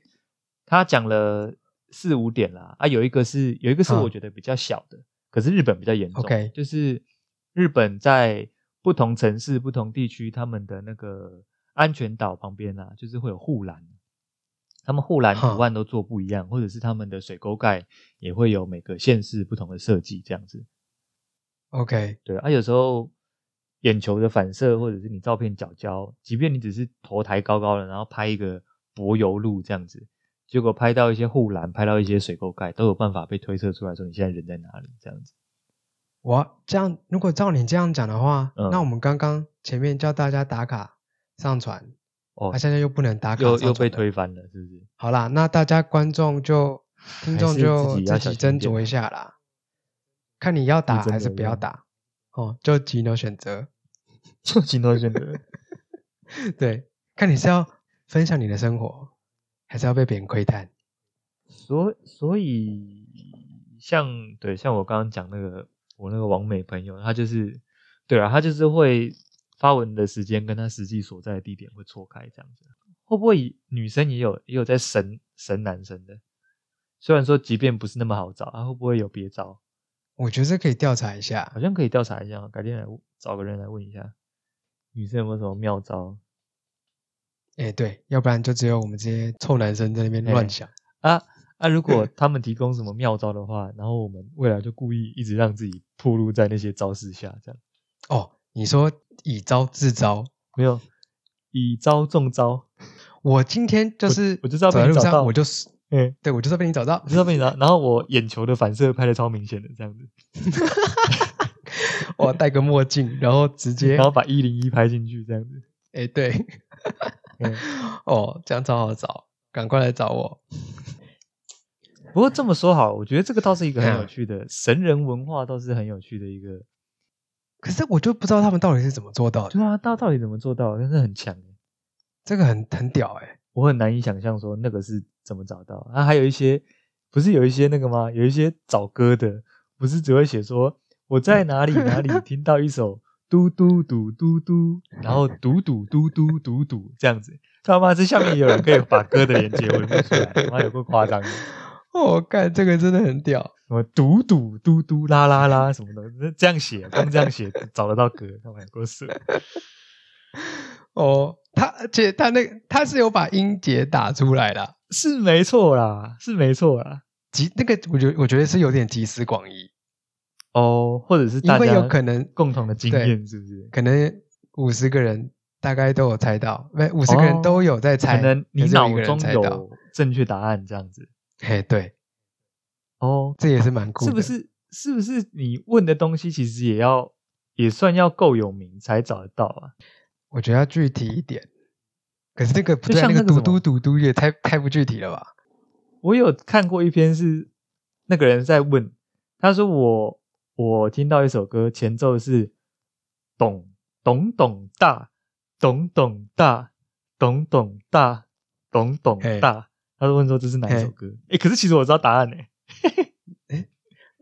Speaker 1: 他讲了四五点啦，啊，有一个是有一个是
Speaker 2: 嗯
Speaker 1: 我觉得比较小的，可是日本比较严重。
Speaker 2: OK
Speaker 1: 就是日本在不同城市、不同地区，他们的那个安全岛旁边啊，就是会有护栏，他们护栏
Speaker 2: 哈
Speaker 1: 图案都做不一样，或者是他们的水沟盖也会有每个县市不同的设计，这样子。
Speaker 2: OK，
Speaker 1: 对啊，有时候眼球的反射，或者是你照片角焦，即便你只是头抬高高的，然后拍一个柏油路这样子，结果拍到一些护栏，拍到一些水沟盖，都有办法被推测出来说你现在人在哪里这样子。
Speaker 2: 我这样如果照你这样讲的话，
Speaker 1: 嗯
Speaker 2: 那我们刚刚前面叫大家打卡上传，
Speaker 1: 哦
Speaker 2: 啊，，现在又不能打卡
Speaker 1: 又
Speaker 2: 上
Speaker 1: 又
Speaker 2: 传
Speaker 1: 被
Speaker 2: 了。
Speaker 1: 推翻了，是不 是？
Speaker 2: 好啦，那大家观众就听
Speaker 1: 还
Speaker 2: 众
Speaker 1: 是
Speaker 2: 就
Speaker 1: 自己要小心一
Speaker 2: 斟
Speaker 1: 点
Speaker 2: 酌一下啦，看你要打
Speaker 1: 自己斟
Speaker 2: 还是
Speaker 1: 酌一
Speaker 2: 不要
Speaker 1: 下
Speaker 2: 打哦，就仅有选择。
Speaker 1: 就行动选择。
Speaker 2: 对，看你是要分享你的生活，还是要被别人窥探。
Speaker 1: 所所以像对像我刚刚讲那个我那个王美朋友，他就是对啊，他就是会发文的时间跟他实际所在的地点会错开这样子。会不会女生也有也有在神神男生的？虽然说即便不是那么好找，他、会不会有别招？
Speaker 2: 我觉得这可以调查一下
Speaker 1: 好。像可以调查一下，啊改天来找个人来问一下，女生有没有什么妙招
Speaker 2: 哎，对，要不然就只有我们这些臭男生在那边
Speaker 1: 哎
Speaker 2: 乱想。
Speaker 1: 啊？啊，如果他们提供什么妙招的话，然后我们未来就故意一直让自己暴露在那些招式下，这样。
Speaker 2: 哦，你说以招制招，
Speaker 1: 没有，以招中招，
Speaker 2: 我今天就
Speaker 1: 我
Speaker 2: 是
Speaker 1: 我就知道
Speaker 2: 走
Speaker 1: 被
Speaker 2: 在
Speaker 1: 你
Speaker 2: 路
Speaker 1: 找到
Speaker 2: 上，我就是
Speaker 1: 嗯，
Speaker 2: 对我就是被你找到
Speaker 1: 你，知道被你拿，然后我眼球的反射拍的超明显的这样子，
Speaker 2: 我戴个墨镜，然后直接
Speaker 1: 然后把一零一拍进去这样子，
Speaker 2: 哎对，
Speaker 1: 嗯。
Speaker 2: 哦，这样超好找，赶快来找我。
Speaker 1: 不过这么说好，我觉得这个倒是一个很有
Speaker 2: 嗯
Speaker 1: 趣的神人文化，倒是很有趣的一个。
Speaker 2: 可是我就不知道他们到底是怎么做到的，
Speaker 1: 对啊，到到底怎么做到的？但是很强耶，
Speaker 2: 这个很很屌哎、
Speaker 1: 我很难以想象说那个是怎么找到。啊，还有一些不是有一些那个吗？有一些找歌的，不是只会写说我在哪里 哪里听到一首嘟嘟嘟嘟嘟，然后嘟嘟嘟嘟嘟嘟这样子。他妈这下面也有人可以把歌的连接回复出来，妈有够夸张的，什
Speaker 2: 我哦干、这个真的很屌，
Speaker 1: 么嘟嘟嘟嘟啦啦啦什么的，那这样写，光这样写找得到歌，他妈有够色。
Speaker 2: 哦，他而且他那个他是有把音节打出来的，
Speaker 1: 是没错啦，是没错啦。
Speaker 2: 集那个我觉我觉得是有点集思广益，
Speaker 1: 哦，或者是
Speaker 2: 因
Speaker 1: 大
Speaker 2: 为
Speaker 1: 家
Speaker 2: 有可能
Speaker 1: 共同的经
Speaker 2: 对
Speaker 1: 验，是不是？
Speaker 2: 可能五十个人大概都有猜到，没五十个人
Speaker 1: 哦
Speaker 2: 都有在
Speaker 1: 可
Speaker 2: 猜，
Speaker 1: 能你
Speaker 2: 可是
Speaker 1: 脑
Speaker 2: 一个人
Speaker 1: 中
Speaker 2: 猜到，
Speaker 1: 有正确答案这样子。
Speaker 2: 嘿，对，
Speaker 1: 哦，
Speaker 2: 这也是蛮酷的，
Speaker 1: 是不？是是不是你问的东西其实也要也算要够有名才找得到啊？
Speaker 2: 我觉得要具体一点。可是那个不
Speaker 1: 就
Speaker 2: 对啊，
Speaker 1: 像
Speaker 2: 那
Speaker 1: 那个
Speaker 2: 嘟
Speaker 1: 什
Speaker 2: 嘟
Speaker 1: 么
Speaker 2: 嘟嘟也太太不具体了吧？
Speaker 1: 我有看过一篇是那个人在问，他说我我听到一首歌前奏是咚咚咚大咚咚大咚咚大咚咚
Speaker 2: 嘿
Speaker 1: 大，他就问说这是哪一首
Speaker 2: 嘿
Speaker 1: 歌？哎、可是其实我知道答案呢、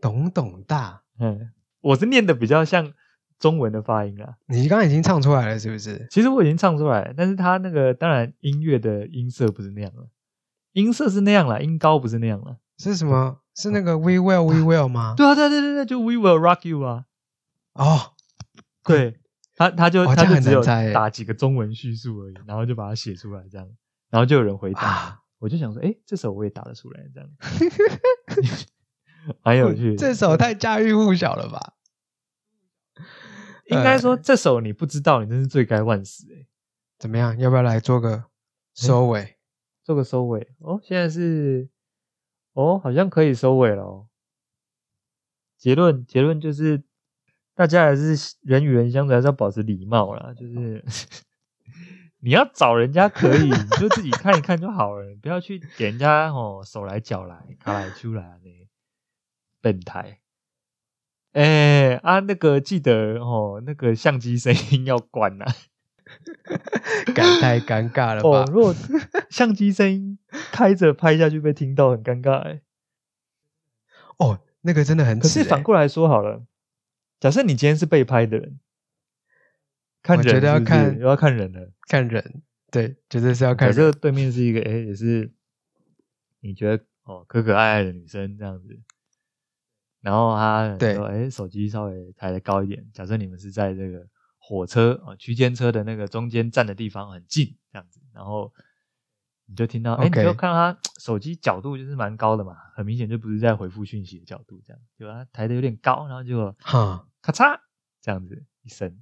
Speaker 2: 懂懂大，
Speaker 1: 嗯，我是念的比较像中文的发音啊。
Speaker 2: 你刚刚已经唱出来了，是不是？
Speaker 1: 其实我已经唱出来了，但是他那个当然音乐的音色不是那样了，音色是那样了，音高不是那样了。
Speaker 2: 是什么？是那个 We Will We Will 吗？
Speaker 1: 对啊，对对对对，就 We Will Rock You 啊。
Speaker 2: 哦，
Speaker 1: 对他，他就、
Speaker 2: 哇
Speaker 1: 他
Speaker 2: 这样
Speaker 1: 就
Speaker 2: 很
Speaker 1: 只
Speaker 2: 难
Speaker 1: 有
Speaker 2: 猜欸
Speaker 1: 打几个中文叙述而已，然后就把它写出来这样，然后就有人回答，
Speaker 2: 啊，
Speaker 1: 我就想说，哎，这首我也打得出来这 样， 蛮有趣的。
Speaker 2: 这呃首太家喻户晓了吧？
Speaker 1: 应该说这首你不知道，你真是罪该万死哎、
Speaker 2: 怎么样？要不要来做个收尾？
Speaker 1: 做个收尾哦，现在是哦，好像可以收尾了哦。结论结论就是，大家还是人与人相处还是要保持礼貌啦，就是 你要找人家可以，你就自己看一看就好了，不要去给人家哦手来脚来，卡来出来呢，笨台。哎、啊，那个记得哦，那个相机声音要关啊。
Speaker 2: 感太尴尬了
Speaker 1: 哦
Speaker 2: 吧，？
Speaker 1: 如果相机声音开着拍下去被听到，很尴尬、欸。
Speaker 2: 哦，那个真的很
Speaker 1: 可
Speaker 2: 耻欸。
Speaker 1: 是反过来说好了，假设你今天是被拍的人，看
Speaker 2: 欸我
Speaker 1: 人
Speaker 2: 觉得要
Speaker 1: 是不是
Speaker 2: 看
Speaker 1: 要看人了。
Speaker 2: 看人，对，绝对是要看
Speaker 1: 假
Speaker 2: 人。
Speaker 1: 设对面是一个哎、也是你觉得哦可可爱爱的女生这样子，然后她
Speaker 2: 对
Speaker 1: 说哎、手机稍微抬得高一点。假设你们是在这个火车啊、哦区间车的那个中间站的地方很近这样子，然后你就听到哎、
Speaker 2: OK
Speaker 1: 你就看到她手机角度就是蛮高的嘛，很明显就不是在回复讯息的角度这样，就她抬得有点高，然后就
Speaker 2: 哈，
Speaker 1: 咔嚓这样子一声，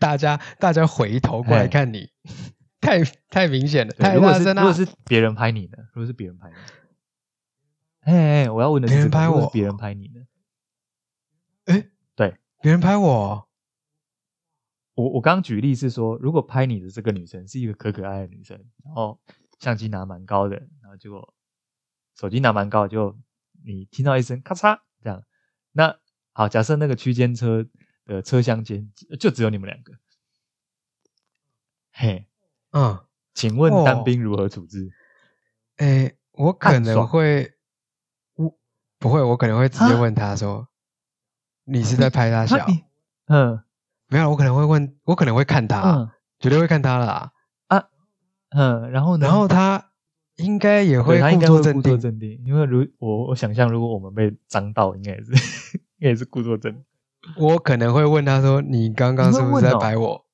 Speaker 2: 大家大家回头过来
Speaker 1: 哎
Speaker 2: 看你， 太太明显了，
Speaker 1: 对
Speaker 2: 太
Speaker 1: 如果
Speaker 2: 大
Speaker 1: 是
Speaker 2: 声
Speaker 1: 如果
Speaker 2: 了。
Speaker 1: 是别人拍你呢？如果是别人拍你，哎哎，我要问的是
Speaker 2: 别
Speaker 1: 这
Speaker 2: 人
Speaker 1: 个
Speaker 2: 拍
Speaker 1: 如果是
Speaker 2: 我
Speaker 1: 别人拍你呢？
Speaker 2: 别人拍我，
Speaker 1: 我我刚刚举例是说，如果拍你的这个女生是一个可可爱的女生，然后相机拿蛮高的，然后结果手机拿蛮高，就你听到一声咔嚓这样，那好，假设那个区间车的车厢间就只有你们两个，嘿，
Speaker 2: 嗯，
Speaker 1: 请问
Speaker 2: 哦
Speaker 1: 单兵如何处置？哎
Speaker 2: 诶，我可
Speaker 1: 暗
Speaker 2: 能
Speaker 1: 爽
Speaker 2: 会，我啊不会，我可能会直接
Speaker 1: 啊
Speaker 2: 问他说：“你是在拍他
Speaker 1: 那
Speaker 2: 笑
Speaker 1: 你？”嗯
Speaker 2: 没有，我可能会问，我可能会看他
Speaker 1: 嗯
Speaker 2: 啊，绝对会看他啦。
Speaker 1: 嗯，然后呢？
Speaker 2: 然后他应该也
Speaker 1: 对
Speaker 2: 会
Speaker 1: 他应
Speaker 2: 故
Speaker 1: 该
Speaker 2: 作
Speaker 1: 会
Speaker 2: 镇
Speaker 1: 故作
Speaker 2: 定，
Speaker 1: 镇定，因为如我我想象，如果我们被张到，应该也是应该也是故作镇定。
Speaker 2: 我可能会问他说：“你刚刚
Speaker 1: 你
Speaker 2: 是
Speaker 1: 会
Speaker 2: 不
Speaker 1: 问
Speaker 2: 是在
Speaker 1: 哦
Speaker 2: 拍我？”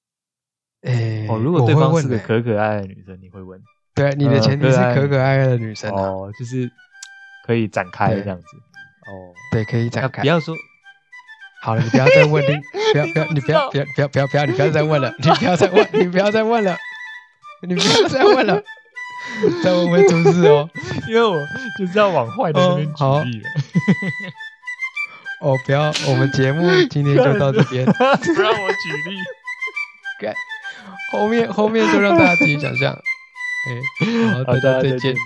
Speaker 2: 诶，
Speaker 1: 哦，如果
Speaker 2: 我
Speaker 1: 对
Speaker 2: 会
Speaker 1: 方
Speaker 2: 问
Speaker 1: 是个
Speaker 2: 欸
Speaker 1: 可可爱爱的女生，你会问
Speaker 2: 对你的
Speaker 1: 呃
Speaker 2: 前提
Speaker 1: 可
Speaker 2: 是
Speaker 1: 爱
Speaker 2: 可可爱爱的女生啊，
Speaker 1: 哦，就是可以展开
Speaker 2: 对
Speaker 1: 这样子。哦，
Speaker 2: 对，可以
Speaker 1: 那
Speaker 2: 展开
Speaker 1: 不。要说
Speaker 2: 好了，你不要再 问另，不要
Speaker 1: 你
Speaker 2: 不要，
Speaker 1: 怎么
Speaker 2: 你
Speaker 1: 知
Speaker 2: 不要不要不要不要不要，你不要再问了，你不要再问，你不要再问了，你不要再问了，再问会出事哦。
Speaker 1: 因为我就是要往坏的那边
Speaker 2: 哦好
Speaker 1: 举例了。
Speaker 2: 哦，不要，我们节目今天就到这 边，
Speaker 1: 不让我举 例。
Speaker 2: 后面后面就让大家自己想象。哎，好，大
Speaker 1: 好，
Speaker 2: 家再见
Speaker 1: 见。了